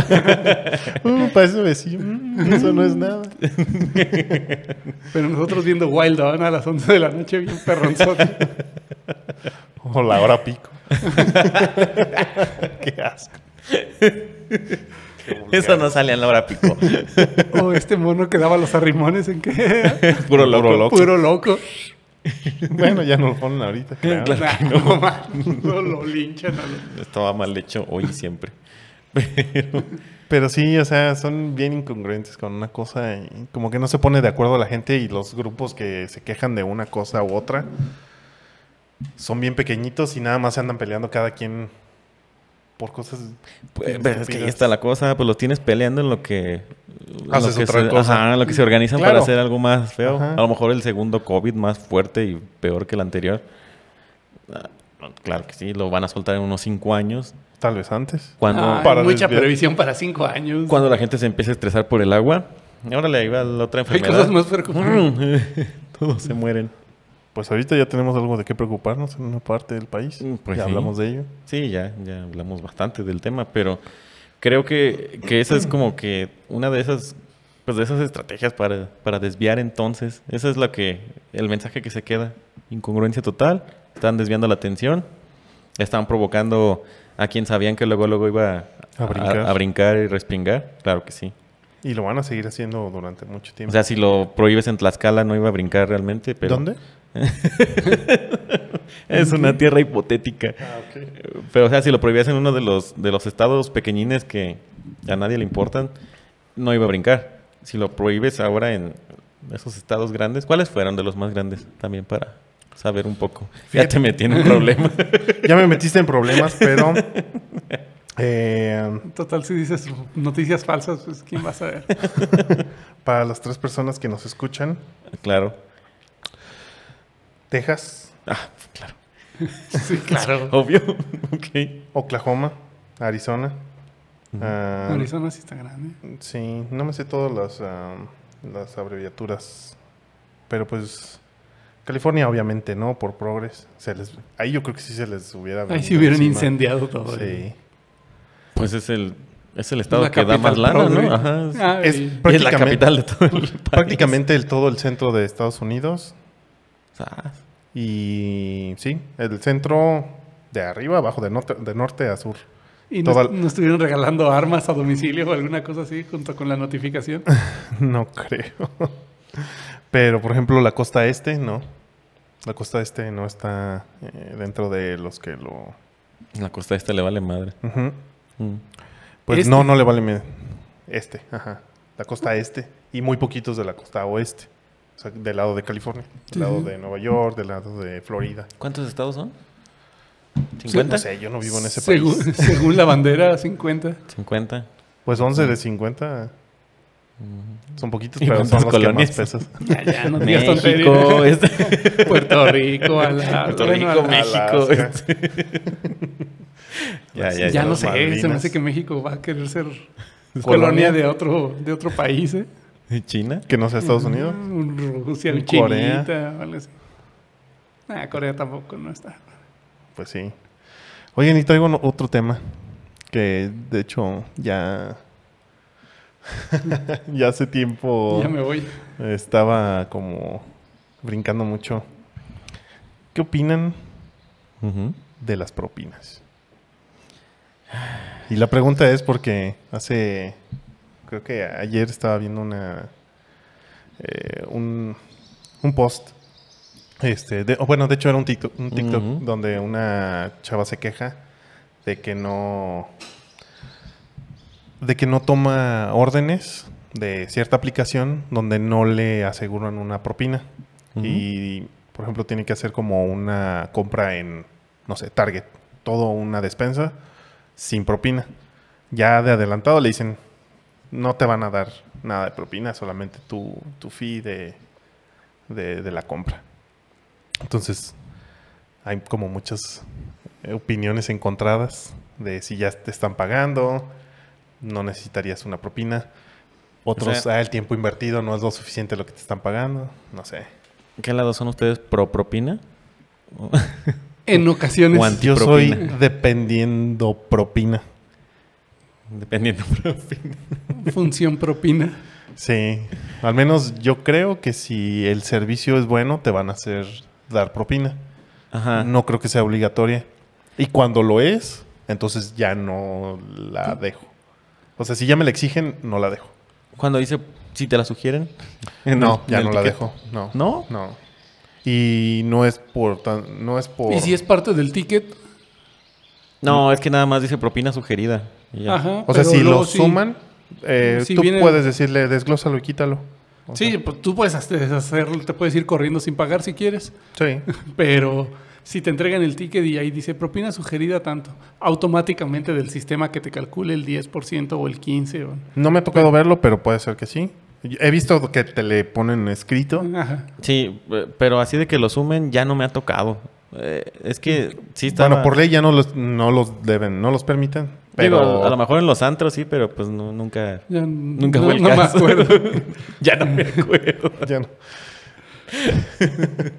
Speaker 3: Uh, para eso decir, mm, eso no es nada.
Speaker 2: Pero nosotros viendo Wild Dawn a las 11 de la noche, bien perronzote.
Speaker 3: O la hora pico. Qué asco.
Speaker 1: Eso no sale a la hora pico.
Speaker 2: o este mono que daba los arrimones en que
Speaker 1: Puro loco.
Speaker 3: Puro loco.
Speaker 2: puro loco.
Speaker 3: Bueno, ya no lo ponen ahorita. claro.
Speaker 2: Nah, no, man, no lo linchan. a lo-
Speaker 1: Estaba mal hecho hoy y siempre. Pero
Speaker 3: Pero sí, o sea, son bien incongruentes con una cosa y como que no se pone de acuerdo la gente y los grupos que se quejan de una cosa u otra son bien pequeñitos y nada más se andan peleando cada quien por cosas.
Speaker 1: Pues,
Speaker 3: bien
Speaker 1: pero es que ahí
Speaker 3: estúpidas.
Speaker 1: está la cosa, pues los tienes peleando en lo que.
Speaker 3: Haces
Speaker 1: lo que
Speaker 3: otra
Speaker 1: se,
Speaker 3: cosa.
Speaker 1: ajá, lo que se organizan
Speaker 3: Claro.
Speaker 1: para hacer algo más feo.
Speaker 3: Ajá.
Speaker 1: A lo mejor el segundo COVID más fuerte y peor que el anterior. Ah, Claro que sí, lo van a soltar en unos cinco años.
Speaker 3: Tal vez antes.
Speaker 1: Cuando,
Speaker 2: Ay,
Speaker 3: Para
Speaker 2: mucha
Speaker 3: desviar.
Speaker 2: previsión para 5 años.
Speaker 1: cuando la gente se empieza a estresar por el agua. Ahora le va la otra
Speaker 2: Hay
Speaker 1: enfermedad.
Speaker 2: cosas más preocupantes.
Speaker 1: Mm, Todos se mueren.
Speaker 3: Pues ahorita ya tenemos algo de qué preocuparnos en una parte del país.
Speaker 1: Mm, pues
Speaker 3: ya
Speaker 1: sí.
Speaker 3: hablamos de ello.
Speaker 1: Sí, ya, ya hablamos bastante del tema, pero creo que, que esa es como que una de esas, pues de esas estrategias para, para desviar entonces. Esa es la que, el mensaje que se queda. Incongruencia total, están desviando la atención, están provocando a quien sabían que luego luego iba
Speaker 3: A brincar.
Speaker 1: a brincar y respingar. Claro que sí.
Speaker 3: Y lo van a seguir haciendo durante mucho
Speaker 1: O
Speaker 3: tiempo.
Speaker 1: sea, si lo prohíbes en Tlaxcala no iba a brincar realmente, pero...
Speaker 3: ¿Dónde?
Speaker 1: Es una tierra hipotética.
Speaker 3: Ah, ok.
Speaker 1: Pero, o sea, si lo prohibías en uno de los, de los estados pequeñines que a nadie le importan, no iba a brincar. Si lo prohíbes ahora en esos estados grandes, ¿cuáles fueron de los más grandes? También para saber un poco. Ya
Speaker 3: Fíjate.
Speaker 1: te metí en un problema.
Speaker 3: Ya me metiste en problemas, pero. eh,
Speaker 1: Mm.
Speaker 2: Total, si dices noticias falsas, pues quién va a saber.
Speaker 3: para las tres personas que nos escuchan,
Speaker 1: claro.
Speaker 3: Texas,
Speaker 1: Ah, claro.
Speaker 2: Sí, claro.
Speaker 1: Obvio. ok.
Speaker 3: Oklahoma, Arizona. Ah,
Speaker 2: Arizona sí está grande.
Speaker 3: Sí, no me sé todas las, ah, las abreviaturas. Pero pues California obviamente no, por progres. Se les, ahí yo creo que sí se les hubiera...
Speaker 2: Ahí sí
Speaker 3: venido
Speaker 2: hubieran
Speaker 3: encima.
Speaker 2: incendiado todo. ¿eh?
Speaker 3: Sí.
Speaker 1: Pues es el, es el estado
Speaker 2: La
Speaker 1: que da más
Speaker 2: capital
Speaker 1: lana,
Speaker 2: progre.
Speaker 1: ¿no? Ajá. es-
Speaker 2: Ah,
Speaker 3: Es
Speaker 2: y-
Speaker 1: y es la
Speaker 3: prácticamente, Pues,
Speaker 1: capital de todo el país.
Speaker 3: prácticamente el, todo el centro de Estados Unidos.
Speaker 1: Ah,
Speaker 3: Y sí, el centro de arriba, abajo, de norte, de norte a sur.
Speaker 2: y nos,
Speaker 3: toda-
Speaker 2: nos estuvieron regalando armas a domicilio o alguna cosa así junto con la notificación.
Speaker 3: No creo. Pero, por ejemplo, la costa este, no. La costa este no está eh, dentro de los que lo...
Speaker 1: La costa esta le vale madre.
Speaker 3: Ujú.
Speaker 1: Mm.
Speaker 3: Pues
Speaker 2: Este.
Speaker 3: no, no le vale medio. Este, ajá. La costa este. Y muy poquitos de la costa oeste. O sea, del lado de California. Del
Speaker 2: Sí,
Speaker 3: lado
Speaker 2: sí.
Speaker 3: de Nueva York, del lado de Florida.
Speaker 1: ¿Cuántos estados son? ¿50?
Speaker 3: No sé, yo no vivo en ese
Speaker 2: Según,
Speaker 3: país.
Speaker 2: según la bandera, 50.
Speaker 1: 50.
Speaker 3: Pues 11 de 50 son poquitos,
Speaker 1: Y
Speaker 3: pero son
Speaker 1: cuántas
Speaker 3: los que más
Speaker 1: colonias.
Speaker 3: pesas.
Speaker 2: Ya, ya, no digas
Speaker 1: México,
Speaker 2: tonterías.
Speaker 1: este-
Speaker 2: Puerto Rico, ala-
Speaker 1: Puerto
Speaker 2: bueno,
Speaker 1: Rico,
Speaker 2: ala-
Speaker 1: México.
Speaker 3: Alaska.
Speaker 1: este. ya, ya,
Speaker 2: Ya,
Speaker 1: ya.
Speaker 2: no
Speaker 3: las
Speaker 2: sé, se me
Speaker 3: Malvinas.
Speaker 2: hace que México va a querer ser
Speaker 3: Colonia.
Speaker 2: colonia de otro, de otro país, ¿eh?
Speaker 1: ¿China?
Speaker 3: Que no sea Estados Unidos.
Speaker 2: Mm, Rusia,
Speaker 3: Mm, Corea.
Speaker 2: Corea. algo así. Ah, Corea tampoco no está.
Speaker 3: Pues sí. Oigan, y traigo no- otro tema. Que de hecho ya. ya hace tiempo.
Speaker 2: Ya me voy.
Speaker 3: Estaba como brincando mucho. ¿Qué opinan
Speaker 1: Ujú.
Speaker 3: de las propinas? Y la pregunta es porque hace, creo que ayer estaba viendo una, eh, un, un post, este, de- o bueno, de hecho era un TikTok, un TikTok
Speaker 1: Ujú.
Speaker 3: donde una chava se queja de que no, de que no toma órdenes de cierta aplicación donde no le aseguran una propina.
Speaker 1: Ujú.
Speaker 3: Y, por ejemplo, tiene que hacer como una compra en, no sé, Target, todo una despensa sin propina. Ya de adelantado le dicen, no te van a dar nada de propina, solamente tu, tu fee de, de, de la compra. Entonces, hay como muchas eh, opiniones encontradas de si ya te están pagando, no necesitarías una propina. Otros,
Speaker 1: sea-
Speaker 3: "Ah, el tiempo invertido no es lo suficiente lo que te están pagando, no sé.
Speaker 1: ¿Qué lado son ustedes? ¿Pro propina?
Speaker 2: En ocasiones.
Speaker 1: Guan-
Speaker 3: Yo
Speaker 1: Antipropina.
Speaker 3: soy dependiendo propina.
Speaker 1: Dependiendo. propina.
Speaker 2: Función propina.
Speaker 3: Sí, al menos yo creo que si el servicio es bueno, te van a hacer dar propina.
Speaker 1: Ajá.
Speaker 3: No creo que sea obligatoria. Y cuando lo es, entonces ya no la dejo. O sea, si ya me la exigen, no la dejo.
Speaker 1: Cuando dice, si te la sugieren. en
Speaker 3: No,
Speaker 1: el-
Speaker 3: ya
Speaker 1: en
Speaker 3: no
Speaker 1: el
Speaker 3: la
Speaker 1: ticket.
Speaker 3: dejo. No.
Speaker 1: ¿No?
Speaker 3: No. Y no es por tan- no es por
Speaker 2: Y si es parte del ticket,
Speaker 1: No, es que nada más dice propina sugerida. y ya.
Speaker 2: ajá.
Speaker 3: O sea,
Speaker 2: pero
Speaker 3: si
Speaker 2: luego
Speaker 3: lo
Speaker 2: sí-
Speaker 3: suman, eh,
Speaker 2: sí
Speaker 3: tú
Speaker 2: viene-
Speaker 3: puedes decirle, desglósalo y quítalo. O
Speaker 2: Sí, pues tú puedes hasta deshacerlo, te puedes ir corriendo sin pagar si quieres,
Speaker 3: sea, sí.
Speaker 2: pero si te entregan el ticket y ahí dice propina sugerida tanto, automáticamente del sistema que te calcule el 10% o el 15%. o-
Speaker 3: No me ha tocado verlo, pero puede ser que sí. Yo- He visto que te le ponen escrito.
Speaker 2: Ajá.
Speaker 1: Sí, pe- pero así de que lo sumen ya no me ha tocado. Eh, es que sí está.
Speaker 3: Bueno, por ley ya no los, no los deben, no los permiten. Pero
Speaker 1: a lo mejor en los antros sí, pero pues no, nunca.
Speaker 2: Ya
Speaker 1: Nunca
Speaker 2: no-
Speaker 1: fue el
Speaker 2: no me
Speaker 1: caso.
Speaker 2: acuerdo.
Speaker 1: ya no me acuerdo.
Speaker 3: ya no.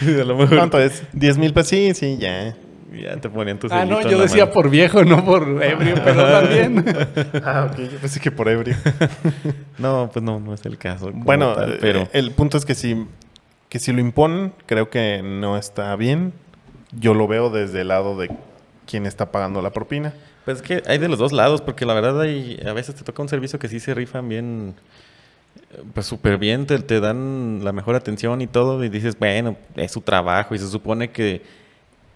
Speaker 1: a lo mejor.
Speaker 3: ¿Cuánto es? ¿10 mil pesos? Sí, sí, ya.
Speaker 1: Ya te ponían tus
Speaker 3: Pues
Speaker 2: Ah, no, yo decía por viejo, no por ebrio, pero también.
Speaker 3: Ah, ok. Yo pensé que por ebrio.
Speaker 1: No, pues no, no es el caso. como
Speaker 3: bueno,
Speaker 1: tal,
Speaker 3: eh,
Speaker 1: pero.
Speaker 3: el punto es que si, que si lo imponen, creo que no está bien. Yo lo veo desde el lado de quien está pagando la propina.
Speaker 1: Pues es que hay de los dos lados, porque la verdad hay, a veces te toca un servicio que sí se rifan bien, eh, pues súper bien, te, te dan la mejor atención y todo, y dices, bueno, es su trabajo, y se supone que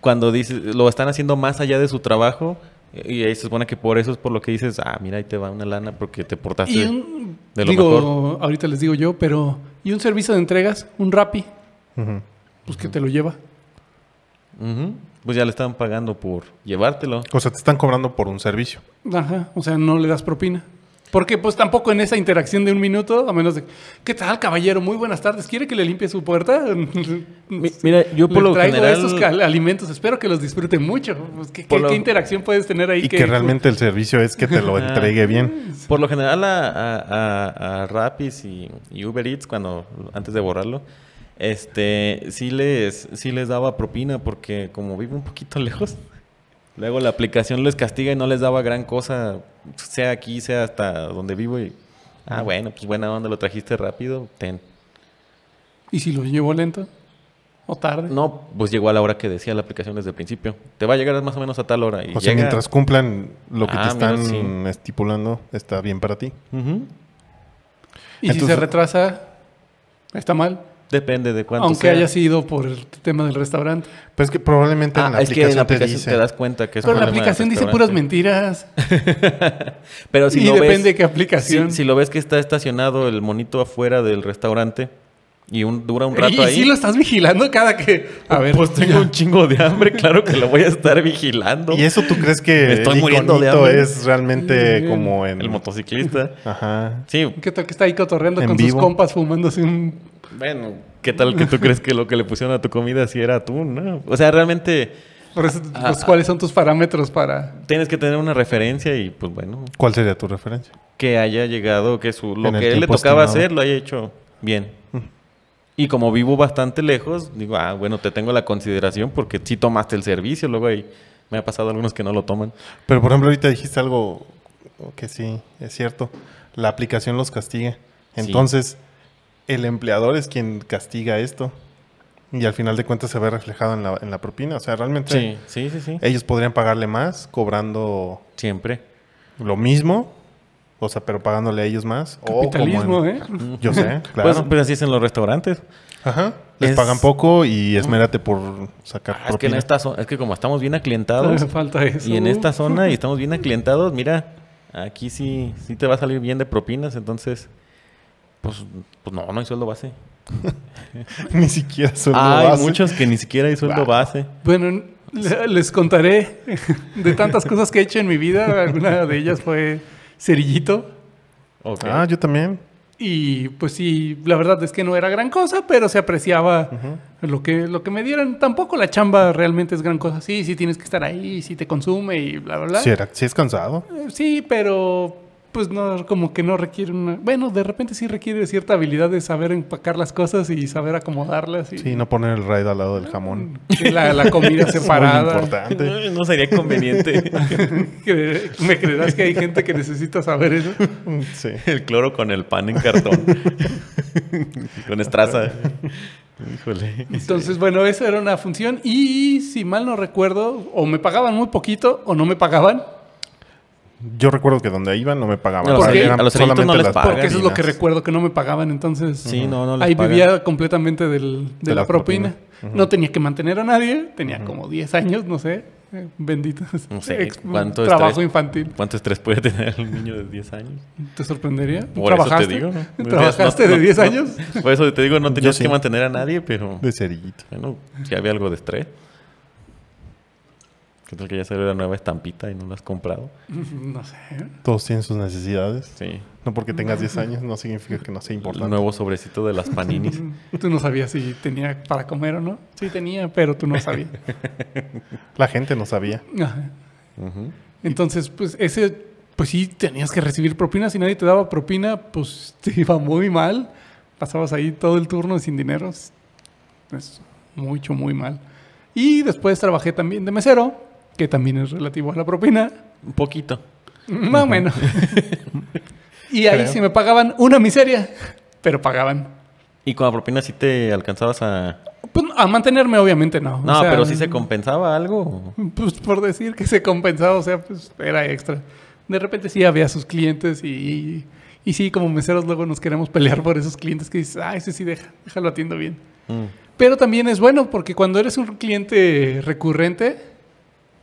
Speaker 1: cuando dices, lo están haciendo más allá de su trabajo, y ahí se supone que por eso es por lo que dices, ah, mira, ahí te va una lana porque te portaste.
Speaker 2: Y un-
Speaker 1: de lo
Speaker 2: digo,
Speaker 1: mejor.
Speaker 2: ahorita les digo yo, pero ¿y un servicio de entregas? ¿Un Rappi?
Speaker 3: Ujú.
Speaker 2: Pues que te lo lleva.
Speaker 1: Ujú, Pues ya le estaban pagando por llevártelo.
Speaker 3: O sea, te están cobrando por un servicio.
Speaker 2: Ajá, o sea, no le das propina. Porque pues tampoco en esa interacción de un minuto, a menos de, ¿qué tal, caballero? Muy buenas tardes, ¿quiere que le limpie su puerta?
Speaker 1: mira, yo por
Speaker 2: Le
Speaker 1: lo
Speaker 2: traigo
Speaker 1: general-
Speaker 2: esos cal- alimentos, espero que los disfrute mucho. Pues, ¿qué,
Speaker 1: Por
Speaker 2: qué-
Speaker 1: lo-
Speaker 2: qué interacción puedes tener ahí?
Speaker 3: Y que realmente el servicio es que te lo entregue
Speaker 1: Ah,
Speaker 3: bien.
Speaker 1: Por lo general a, a, a- a Rapis y, y Uber Eats, cuando, antes de borrarlo, este, sí les, sí les daba propina porque como vivo un poquito lejos, luego la aplicación les castiga y no les daba gran cosa, sea aquí, sea hasta donde vivo y, ah, bueno, pues buena onda, lo trajiste rápido, ten.
Speaker 2: ¿Y si lo llevo lento? ¿O tarde?
Speaker 1: No, pues llegó a la hora que decía la aplicación desde el principio. Te va a llegar más o menos a tal hora. Y
Speaker 3: O sea,
Speaker 1: llega-
Speaker 3: mientras cumplan lo que
Speaker 1: Ah,
Speaker 3: te
Speaker 1: mira,
Speaker 3: están
Speaker 1: sí.
Speaker 3: estipulando, está bien para ti.
Speaker 1: Ujú.
Speaker 2: ¿Y si se
Speaker 3: entonces-
Speaker 2: retrasa? ¿Está mal?
Speaker 1: Depende de cuánto
Speaker 2: Aunque
Speaker 1: sea.
Speaker 2: haya sido por el tema del restaurante.
Speaker 3: Pues es que probablemente en
Speaker 1: Ah,
Speaker 3: la
Speaker 1: es que
Speaker 3: aplicación,
Speaker 1: en la
Speaker 3: te
Speaker 1: aplicación
Speaker 3: dice.
Speaker 1: te, das cuenta que es
Speaker 2: Pero la
Speaker 1: problema del
Speaker 2: aplicación dice
Speaker 1: restaurante.
Speaker 2: puras mentiras.
Speaker 1: Pero si
Speaker 2: y
Speaker 1: lo
Speaker 2: depende
Speaker 1: ves,
Speaker 2: de qué aplicación.
Speaker 1: Si, si lo ves que está estacionado el monito afuera del restaurante, Y un, dura un rato
Speaker 2: y, y
Speaker 1: ahí.
Speaker 2: sí lo estás vigilando cada que... A ver,
Speaker 1: pues tengo un chingo de hambre, claro que lo voy a estar vigilando.
Speaker 3: ¿Y eso tú crees
Speaker 1: Me
Speaker 3: que
Speaker 1: estoy
Speaker 3: el
Speaker 1: muriendo de
Speaker 3: iconito
Speaker 1: hambre.
Speaker 3: es realmente
Speaker 2: Mm.
Speaker 3: como en...
Speaker 1: El motociclista.
Speaker 3: Ajá.
Speaker 1: Sí,
Speaker 2: ¿Qué tal que está ahí cotorreando
Speaker 3: En
Speaker 2: con
Speaker 3: vivo.
Speaker 2: sus compas fumándose un...
Speaker 1: bueno, ¿qué tal que tú crees que lo que le pusieron a tu comida si era atún? no? O sea, realmente
Speaker 2: Por eso,
Speaker 1: Ah, ah.
Speaker 2: pues, ¿cuáles son tus parámetros para...?
Speaker 1: tienes que tener una referencia y pues bueno,
Speaker 3: ¿Cuál sería tu referencia?
Speaker 1: que haya llegado, que su, lo
Speaker 3: En el
Speaker 1: que él le
Speaker 3: tiempo
Speaker 1: tocaba
Speaker 3: estimado.
Speaker 1: hacer lo haya hecho bien. Y como vivo bastante lejos, digo, ah, bueno, te tengo la consideración porque sí tomaste el servicio, luego ahí me ha pasado algunos que no lo toman.
Speaker 3: Pero por ejemplo, ahorita dijiste algo que sí, es cierto. La aplicación los castiga.
Speaker 1: Sí.
Speaker 3: Entonces, el empleador es quien castiga esto. Y al final de cuentas se ve reflejado en la, en la propina. O sea, realmente
Speaker 1: Sí, sí, sí, sí.
Speaker 3: ellos podrían pagarle más cobrando
Speaker 1: Siempre.
Speaker 3: lo mismo. O sea, pero pagándole a ellos
Speaker 1: Oh,
Speaker 3: más. o como en-
Speaker 2: Capitalismo, ¿eh?
Speaker 3: Mm. Yo sé, claro.
Speaker 1: Pues, pues así es en los restaurantes.
Speaker 3: Ajá. Les
Speaker 1: Es-
Speaker 3: pagan poco y esmérate por sacar
Speaker 1: Ah, es que en
Speaker 3: propina.
Speaker 1: esta zona, es que como estamos bien
Speaker 2: Todavía
Speaker 1: aclientados
Speaker 2: me falta eso.
Speaker 1: y en esta zona y estamos bien aclientados, mira, aquí sí, sí te va a salir bien de propinas, entonces, pues, pues no, no hay sueldo base.
Speaker 3: Ni siquiera son
Speaker 1: hay muchos que ni siquiera hay sueldo base.
Speaker 2: Bueno, le- les contaré de tantas cosas que he hecho en mi vida. Alguna de ellas fue cerillito.
Speaker 1: Ok.
Speaker 3: Ah, yo también.
Speaker 2: Y pues sí, la verdad es que no era gran cosa, pero se apreciaba lo, que, lo que me dieran. Tampoco la chamba realmente es gran cosa. Sí, sí tienes que estar ahí, sí te consume y bla, bla, bla.
Speaker 3: Si, era, si es cansado.
Speaker 2: Eh, Sí, pero pues no, como que no requiere una... Bueno, de repente sí requiere cierta habilidad de saber empacar las cosas y saber acomodarlas. Y
Speaker 3: Sí, no poner el raid al lado del jamón.
Speaker 2: que la, la comida
Speaker 3: Es muy
Speaker 2: separada.
Speaker 3: importante.
Speaker 1: No sería conveniente
Speaker 2: Que- ¿Me creerás que hay gente que necesita saber eso?
Speaker 3: Sí.
Speaker 1: el cloro con el pan en cartón. con estraza. Híjole.
Speaker 2: Entonces, bueno, esa era una función y si mal no recuerdo, o me pagaban muy poquito o no me pagaban,
Speaker 3: Yo recuerdo que donde iban no me pagaban.
Speaker 1: A los
Speaker 3: O sea,
Speaker 2: cerillitos
Speaker 3: eran
Speaker 1: no les
Speaker 3: solamente
Speaker 1: pagan.
Speaker 3: las
Speaker 1: Porque
Speaker 2: porque eso es lo que
Speaker 3: propinas.
Speaker 2: recuerdo que no me pagaban, entonces
Speaker 1: Sí, no, no les
Speaker 2: ahí
Speaker 1: pagan.
Speaker 2: vivía completamente del- de,
Speaker 3: De
Speaker 2: la,
Speaker 3: la
Speaker 2: propina.
Speaker 3: propina. Ujú.
Speaker 2: No tenía que mantener a nadie, tenía como 10 años, no sé, eh, bendito.
Speaker 1: No sé,
Speaker 2: Ex-
Speaker 1: ¿cuánto
Speaker 2: trabajo
Speaker 1: estrés?
Speaker 2: infantil.
Speaker 1: ¿Cuánto estrés puede tener un niño de 10 años?
Speaker 2: ¿Te sorprendería?
Speaker 1: Por eso te digo. ¿no?
Speaker 2: ¿Trabajaste
Speaker 1: No,
Speaker 2: de
Speaker 1: no,
Speaker 2: 10
Speaker 1: no.
Speaker 2: años?
Speaker 1: Por eso te digo, no tenías
Speaker 3: sí.
Speaker 1: que mantener a nadie, pero
Speaker 3: De cerillito.
Speaker 1: bueno, si había algo de estrés. ¿Qué tal que ya salió la nueva estampita y no la has comprado?
Speaker 2: No sé.
Speaker 3: Todos tienen sus necesidades.
Speaker 1: Sí.
Speaker 3: No porque tengas 10 años no significa que no sea
Speaker 1: El
Speaker 3: importante.
Speaker 1: nuevo sobrecito de las paninis.
Speaker 2: Tú no sabías si tenía para comer o no. Sí tenía, pero tú no sabías.
Speaker 3: La gente no sabía.
Speaker 2: Ajá.
Speaker 1: Ujú.
Speaker 2: Entonces, pues ese, pues sí, tenías que recibir propina. Si nadie te daba propina, pues te iba muy mal. Pasabas ahí todo el turno sin dinero. Es- Es mucho, muy mal. Y después trabajé también de mesero, que también es relativo a la propina.
Speaker 1: Un poquito.
Speaker 2: Más o menos. y ahí
Speaker 3: Creo.
Speaker 2: sí me pagaban una miseria, pero pagaban.
Speaker 1: ¿Y con la propina sí te alcanzabas a...?
Speaker 2: Pues, a mantenerme, obviamente no. O
Speaker 1: No,
Speaker 2: sea, mm.
Speaker 1: pero sí se compensaba algo.
Speaker 2: Pues por decir que se compensaba, o sea, pues era extra. De repente sí había sus clientes y, y sí, como meseros luego nos queremos pelear por esos clientes que dices, ah, ese sí, deja, déjalo atiendo bien.
Speaker 1: Mm.
Speaker 2: Pero también es bueno porque cuando eres un cliente recurrente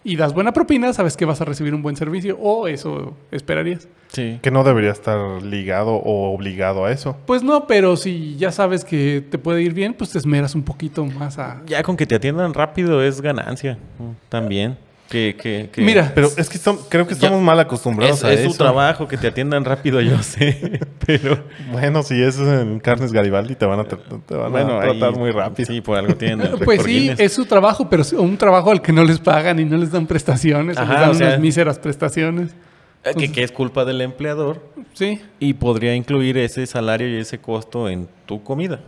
Speaker 2: y das buena propina, sabes que vas a recibir un buen servicio o eso esperarías.
Speaker 1: Sí.
Speaker 3: Que no debería estar ligado o obligado a eso.
Speaker 2: Pues no, pero si ya sabes que te puede ir bien, pues te esmeras un poquito más a...
Speaker 1: Ya con que te atiendan rápido es ganancia mm, también. Que, que, que-
Speaker 2: Mira,
Speaker 3: Pero es que estamos- creo que estamos
Speaker 1: Ya.
Speaker 3: mal acostumbrados
Speaker 1: es,
Speaker 3: a
Speaker 1: es
Speaker 3: eso.
Speaker 1: su trabajo que te atiendan rápido, yo sé. Pero
Speaker 3: Bueno, si es en Carnes Garibaldi te van a, tra- te van a
Speaker 1: ahí-
Speaker 3: tratar muy rápido.
Speaker 1: Sí, por algo tienen. el
Speaker 2: Pues
Speaker 1: récord
Speaker 2: sí,
Speaker 1: Guinness.
Speaker 2: es su trabajo, pero es un trabajo al que no les pagan y no les dan prestaciones, o
Speaker 1: Ajá,
Speaker 2: les dan
Speaker 1: o sea-
Speaker 2: unas míseras prestaciones.
Speaker 1: Eh, Que, que es culpa del empleador
Speaker 2: Sí.
Speaker 1: y podría incluir ese salario y ese costo en tu comida.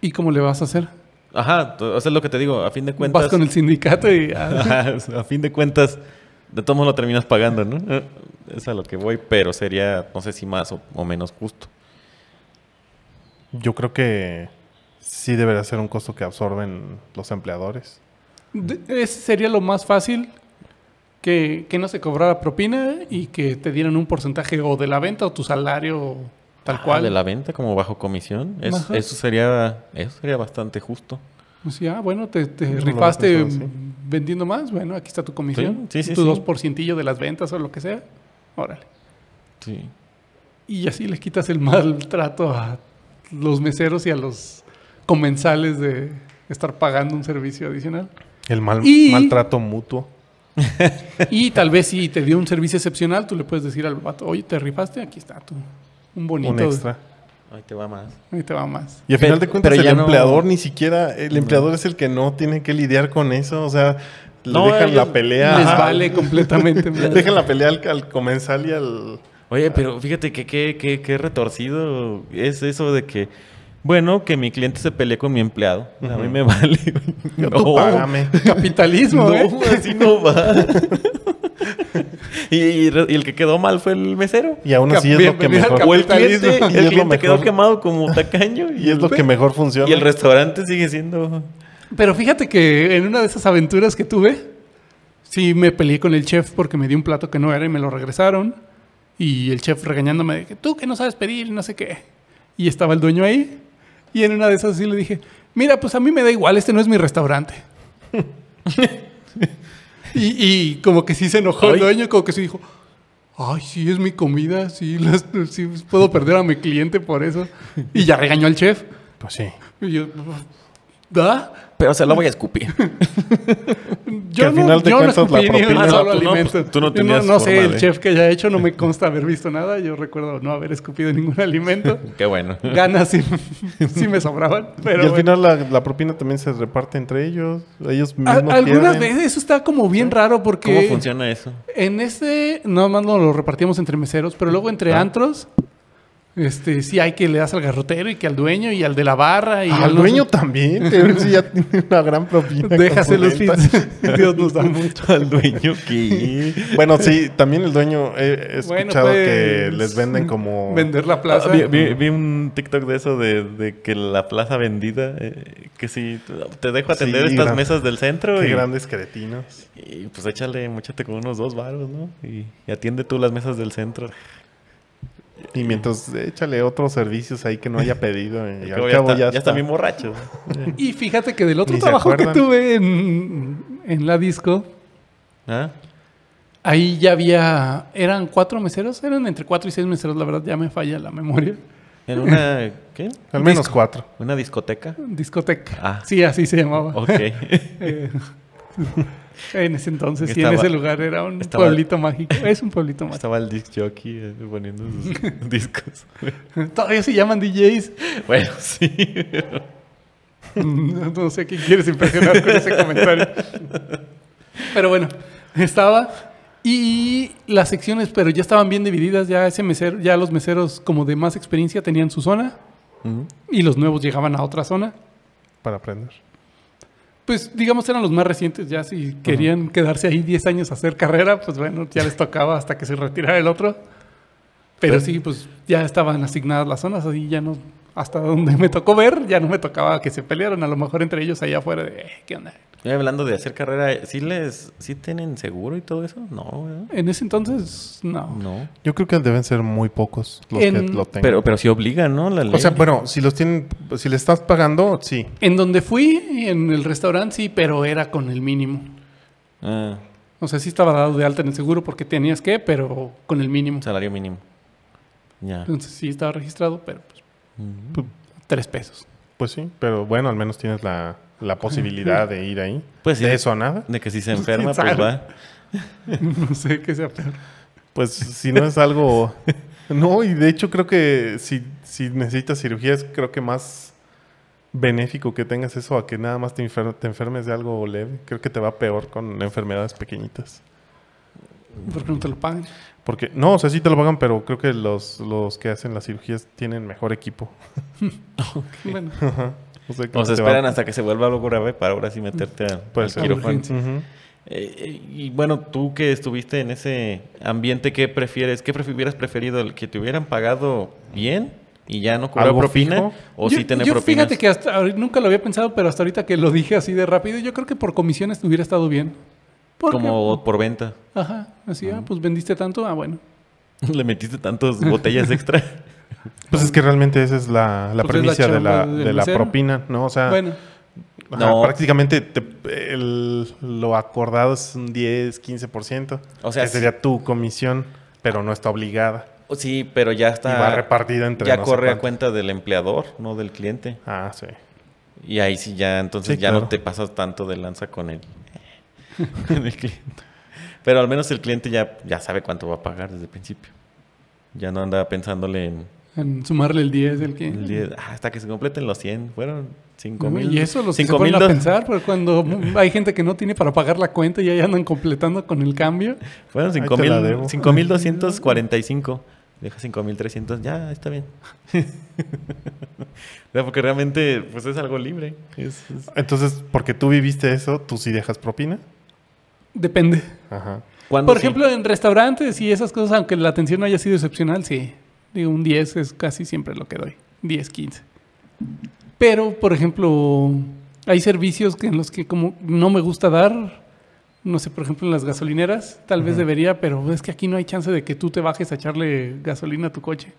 Speaker 2: ¿Y cómo le vas a hacer?
Speaker 1: Ajá, t- o sea, es lo que te digo, a fin de cuentas.
Speaker 2: Vas con el sindicato y ah,
Speaker 1: Ajá, a fin de cuentas, de todos modos lo terminas pagando, ¿no? Eh, Es a lo que voy, pero sería, no sé si más o, o menos justo.
Speaker 3: Yo creo que sí debería ser un costo que absorben los empleadores.
Speaker 2: de- ese sería lo más fácil que, que no se cobrara propina y que te dieran un porcentaje o de la venta o tu salario o tal
Speaker 1: Ah,
Speaker 2: cual.
Speaker 1: De la venta como bajo comisión. Es-
Speaker 2: Ajá.
Speaker 1: eso, sería, eso sería bastante justo.
Speaker 2: O sea, ah, bueno, te, te
Speaker 3: No lo había
Speaker 2: rifaste
Speaker 3: pensado así.
Speaker 2: mm, vendiendo más, bueno, aquí está tu comisión,
Speaker 1: Sí, sí, sí,
Speaker 2: tu
Speaker 1: sí.
Speaker 2: 2% de las ventas o lo que sea. Órale.
Speaker 1: Sí.
Speaker 2: Y así le quitas el mal trato a los meseros y a los comensales de estar pagando un servicio adicional.
Speaker 3: El mal,
Speaker 2: Y-
Speaker 3: maltrato mutuo.
Speaker 2: Y tal vez si te dio un servicio excepcional, tú le puedes decir al vato, oye, te rifaste, aquí está tú. Un bonito.
Speaker 3: Un extra.
Speaker 1: Ahí te va más.
Speaker 2: Ahí te va más.
Speaker 3: Y al final de
Speaker 1: Pero-
Speaker 3: cuentas,
Speaker 1: pero
Speaker 3: el
Speaker 1: ya no-
Speaker 3: empleador ni siquiera. El empleador es el que no tiene que lidiar con eso. O sea, le
Speaker 1: No,
Speaker 3: dejan
Speaker 1: ellos
Speaker 3: la pelea.
Speaker 2: Les
Speaker 3: Ajá.
Speaker 2: vale completamente.
Speaker 3: Le dejan la pelea al, al comensal y al.
Speaker 1: Oye, pero fíjate que qué qué- qué retorcido es eso de que, bueno, que mi cliente se pelee con mi empleado. A mí
Speaker 3: Ujú.
Speaker 1: me vale.
Speaker 3: No, tú págame.
Speaker 2: Capitalismo,
Speaker 1: No,
Speaker 2: ¿eh?
Speaker 1: así no va. y, y re- y el que quedó mal fue el mesero.
Speaker 3: Y aún así es lo que
Speaker 2: Bienvenido al
Speaker 3: mejor.
Speaker 1: O el cliente, el
Speaker 3: Capitalismo. Y es lo
Speaker 1: cliente quedó
Speaker 3: mejor.
Speaker 1: quemado como tacaño.
Speaker 3: Y es lo que mejor funciona.
Speaker 1: Y el restaurante sigue siendo.
Speaker 2: Pero fíjate que en una de esas aventuras que tuve, sí me peleé con el chef porque me dio un plato que no era y me lo regresaron. Y el chef regañándome de que tú que no sabes pedir, no sé qué. Y estaba el dueño ahí. Y en una de esas sí le dije, mira, pues a mí me da igual, este no es mi restaurante. y, y como que sí se enojó
Speaker 1: Ay.
Speaker 2: el dueño, como que sí dijo, ay, sí es mi comida, sí, las- sí puedo perder a mi cliente por eso. Y ya regañó al chef.
Speaker 3: Pues sí.
Speaker 2: Y yo, ¿da?
Speaker 1: Pero se lo voy a escupir.
Speaker 2: Yo
Speaker 3: Que al final de
Speaker 2: yo
Speaker 3: cuentas la
Speaker 2: escupí ni un
Speaker 3: propina-
Speaker 2: solo
Speaker 1: Ah, tú no,
Speaker 2: alimento.
Speaker 1: pues, tú no
Speaker 2: Yo
Speaker 1: tenías
Speaker 2: no, sé,
Speaker 1: forma
Speaker 2: el
Speaker 1: de-
Speaker 2: chef que haya hecho no me consta haber visto nada. Yo recuerdo no haber escupido ningún alimento.
Speaker 1: Qué bueno.
Speaker 2: Ganas sí, sí me sobraban, pero
Speaker 3: y al
Speaker 2: bueno.
Speaker 3: final la, la propina también se reparte entre ellos. Ellos
Speaker 2: A-
Speaker 3: mismos.
Speaker 2: algunas
Speaker 3: tienen.
Speaker 2: veces eso está como bien raro porque
Speaker 1: ¿Cómo funciona eso?
Speaker 2: en este nada más no lo repartíamos entre meseros, pero luego entre
Speaker 1: Ah.
Speaker 2: antros este sí hay que le das al garrotero y que al dueño y al de la barra y
Speaker 3: Ah,
Speaker 2: al
Speaker 3: Al dueño también. pero sí ya tiene una gran propina.
Speaker 2: déjase los
Speaker 3: componente.
Speaker 2: feeds. Dios nos da mucho.
Speaker 1: Al dueño que.
Speaker 3: Bueno, sí, también el dueño he, he
Speaker 2: Bueno,
Speaker 3: escuchado que
Speaker 2: pues,
Speaker 3: les venden como
Speaker 2: vender la plaza.
Speaker 1: Ah, vi, vi- vi un TikTok de eso, de, de que la plaza vendida, eh, que si te dejo
Speaker 3: Sí,
Speaker 1: atender estas
Speaker 3: gran-
Speaker 1: mesas del centro
Speaker 3: qué
Speaker 1: y,
Speaker 3: grandes cretinos.
Speaker 1: y, pues échale, mochate con unos dos varos, ¿no? Y, y atiende tú las mesas del centro.
Speaker 3: Y mientras échale otros servicios ahí que no haya pedido. Y
Speaker 1: Al cabo
Speaker 3: al cabo
Speaker 1: ya,
Speaker 3: ya,
Speaker 1: está, ya está bien borracho.
Speaker 2: Y fíjate que del otro
Speaker 3: Ni se
Speaker 2: trabajo que
Speaker 3: acuerdan.
Speaker 2: tuve en, en la disco,
Speaker 1: ¿Ah?
Speaker 2: ahí ya había, eran cuatro meseros, eran entre cuatro y seis meseros, la verdad ya me falla la memoria.
Speaker 1: En una, ¿qué?
Speaker 3: Al menos cuatro.
Speaker 1: ¿Una discoteca?
Speaker 2: Discoteca.
Speaker 1: Ah.
Speaker 2: Sí, así se llamaba.
Speaker 1: Ok.
Speaker 2: Eh, en ese entonces, sí, en
Speaker 1: Estaba-
Speaker 2: ese lugar era un
Speaker 1: estaba-
Speaker 2: pueblito mágico. Es un pueblito mágico.
Speaker 1: Estaba el disc jockey eh, poniendo sus discos.
Speaker 2: Todavía se llaman DJs.
Speaker 1: bueno, sí.
Speaker 2: No, Mm, no sé a quién quieres impresionar con ese comentario. Pero bueno, estaba. Y las secciones, pero ya estaban bien divididas. Ya, ese mesero, ya los meseros, como de más experiencia, tenían su zona.
Speaker 1: Ujú.
Speaker 2: Y los nuevos llegaban a otra zona.
Speaker 3: Para aprender.
Speaker 2: Pues digamos, eran los más recientes. Ya si querían quedarse ahí 10 años a hacer carrera, pues bueno, ya les tocaba hasta que se retirara el otro. Pero sí, pues ya estaban asignadas las zonas. Así ya no. Hasta donde me tocó ver, ya no me tocaba que se pelearan. A lo mejor entre ellos allá afuera de, "Eh, ¿qué onda?
Speaker 1: Y hablando de hacer carrera, ¿sí les, sí tienen seguro y todo eso? No, ¿verdad?
Speaker 2: En ese entonces, no.
Speaker 1: No.
Speaker 3: Yo creo que deben ser muy pocos los que
Speaker 2: En-
Speaker 3: lo tengan.
Speaker 1: Pero, pero sí obligan, ¿no? La ley.
Speaker 3: o sea, bueno, si los tienen, si le estás pagando, sí.
Speaker 2: En donde fui, en el restaurante, sí, pero era con el mínimo.
Speaker 1: Ah,
Speaker 2: O sea, sí estaba dado de alta en el seguro porque tenías que, pero con el mínimo.
Speaker 1: salario mínimo. Ya. Mm.
Speaker 2: Entonces sí estaba registrado, pero pues,
Speaker 3: Mm.
Speaker 1: Ujú.
Speaker 2: tres pesos.
Speaker 3: Pues sí, pero bueno, al menos tienes la, la posibilidad de ir ahí.
Speaker 1: Pues sí.
Speaker 3: De eso a nada.
Speaker 1: De que si se enferma, pues
Speaker 2: ¿Quién sabe?
Speaker 1: va.
Speaker 2: no sé qué sea peor.
Speaker 3: Pues si no es algo... No, y de hecho creo que si, si necesitas cirugía es creo que más benéfico que tengas eso a que nada más te, enfer- te enfermes de algo leve. Creo que te va peor con enfermedades pequeñitas.
Speaker 2: Porque no te lo pagan.
Speaker 3: Porque, no, o sea, sí te lo pagan, pero creo que los, los que hacen las cirugías tienen mejor equipo.
Speaker 2: Bueno,
Speaker 3: O
Speaker 1: O
Speaker 3: sea, creo
Speaker 1: se
Speaker 3: que te va-
Speaker 1: esperan hasta que se vuelva algo grave para ahora sí meterte a,
Speaker 3: Pues,
Speaker 1: al
Speaker 3: a
Speaker 1: quirófano.
Speaker 2: urgencia.
Speaker 3: Ujú.
Speaker 1: Eh, eh, y bueno, tú que estuviste en ese ambiente, ¿qué prefieres? ¿Qué prefi- hubieras preferido? ¿El que te hubieran pagado bien y ya no cobrar
Speaker 3: ¿Algo
Speaker 1: propina?
Speaker 3: fijo?
Speaker 1: ¿O
Speaker 2: yo,
Speaker 1: sí tener
Speaker 2: yo
Speaker 1: propinas?
Speaker 2: fíjate que hasta ahorita- nunca lo había pensado, pero hasta ahorita que lo dije así de rápido, yo creo que por comisiones te hubiera estado bien. Porque-
Speaker 1: Como por venta.
Speaker 2: Ajá, así, ah, pues vendiste tanto, ah, bueno.
Speaker 1: Le metiste tantas botellas extra.
Speaker 3: Pues es que realmente esa es la, la
Speaker 2: Pues es la
Speaker 3: premisa de la,
Speaker 2: chamba del
Speaker 3: de la
Speaker 2: mesero.
Speaker 3: propina, ¿no? O
Speaker 1: Ah.
Speaker 3: sea,
Speaker 2: Bueno,
Speaker 3: ajá,
Speaker 1: No.
Speaker 3: prácticamente te- el- lo acordado es un 10, 15%.
Speaker 1: O sea,
Speaker 3: que
Speaker 1: sí.
Speaker 3: sería tu comisión, pero no está obligada.
Speaker 1: O Sí, pero ya está.
Speaker 3: y va repartida entre
Speaker 1: Ah, ya
Speaker 3: no sé
Speaker 1: corre a
Speaker 3: cuánto.
Speaker 1: cuenta del empleador, no del cliente.
Speaker 3: Ah, sí.
Speaker 1: Y ahí sí ya, entonces
Speaker 3: Sí,
Speaker 1: ya
Speaker 3: claro.
Speaker 1: no te pasas tanto de lanza con el, con el cliente. Pero al menos el cliente ya, ya sabe cuánto va a pagar desde el principio. Ya no anda pensándole en
Speaker 2: En sumarle el 10, el que...
Speaker 1: el 10, "Ah, hasta que se completen los 100. Fueron 5
Speaker 2: No,
Speaker 1: mil.
Speaker 2: Y eso los que se
Speaker 1: cinco
Speaker 2: ponen
Speaker 1: mil
Speaker 2: a
Speaker 1: do-
Speaker 2: pensar, pero cuando hay gente que no tiene para pagar la cuenta y ahí andan completando con el cambio.
Speaker 1: Fueron cinco
Speaker 3: te
Speaker 1: mil-
Speaker 3: la debo.
Speaker 1: cinco mil 5.245. Deja 5.300. Ya, está bien. O sea, Porque realmente pues es algo libre. Es- es-
Speaker 3: Entonces, porque tú viviste eso, tú sí dejas propina.
Speaker 2: Depende.
Speaker 3: Ajá.
Speaker 1: ¿Cuándo
Speaker 2: Por
Speaker 1: sí?
Speaker 2: ejemplo, en restaurantes y esas cosas, aunque la atención no haya sido excepcional, sí. Digo, un 10 es casi siempre lo que doy. 10, 15. Pero, por ejemplo, hay servicios que en los que como no me gusta dar, no sé, por ejemplo, en las gasolineras, tal vez
Speaker 1: Ujú.
Speaker 2: debería, pero es que aquí no hay chance de que tú te bajes a echarle gasolina a tu coche.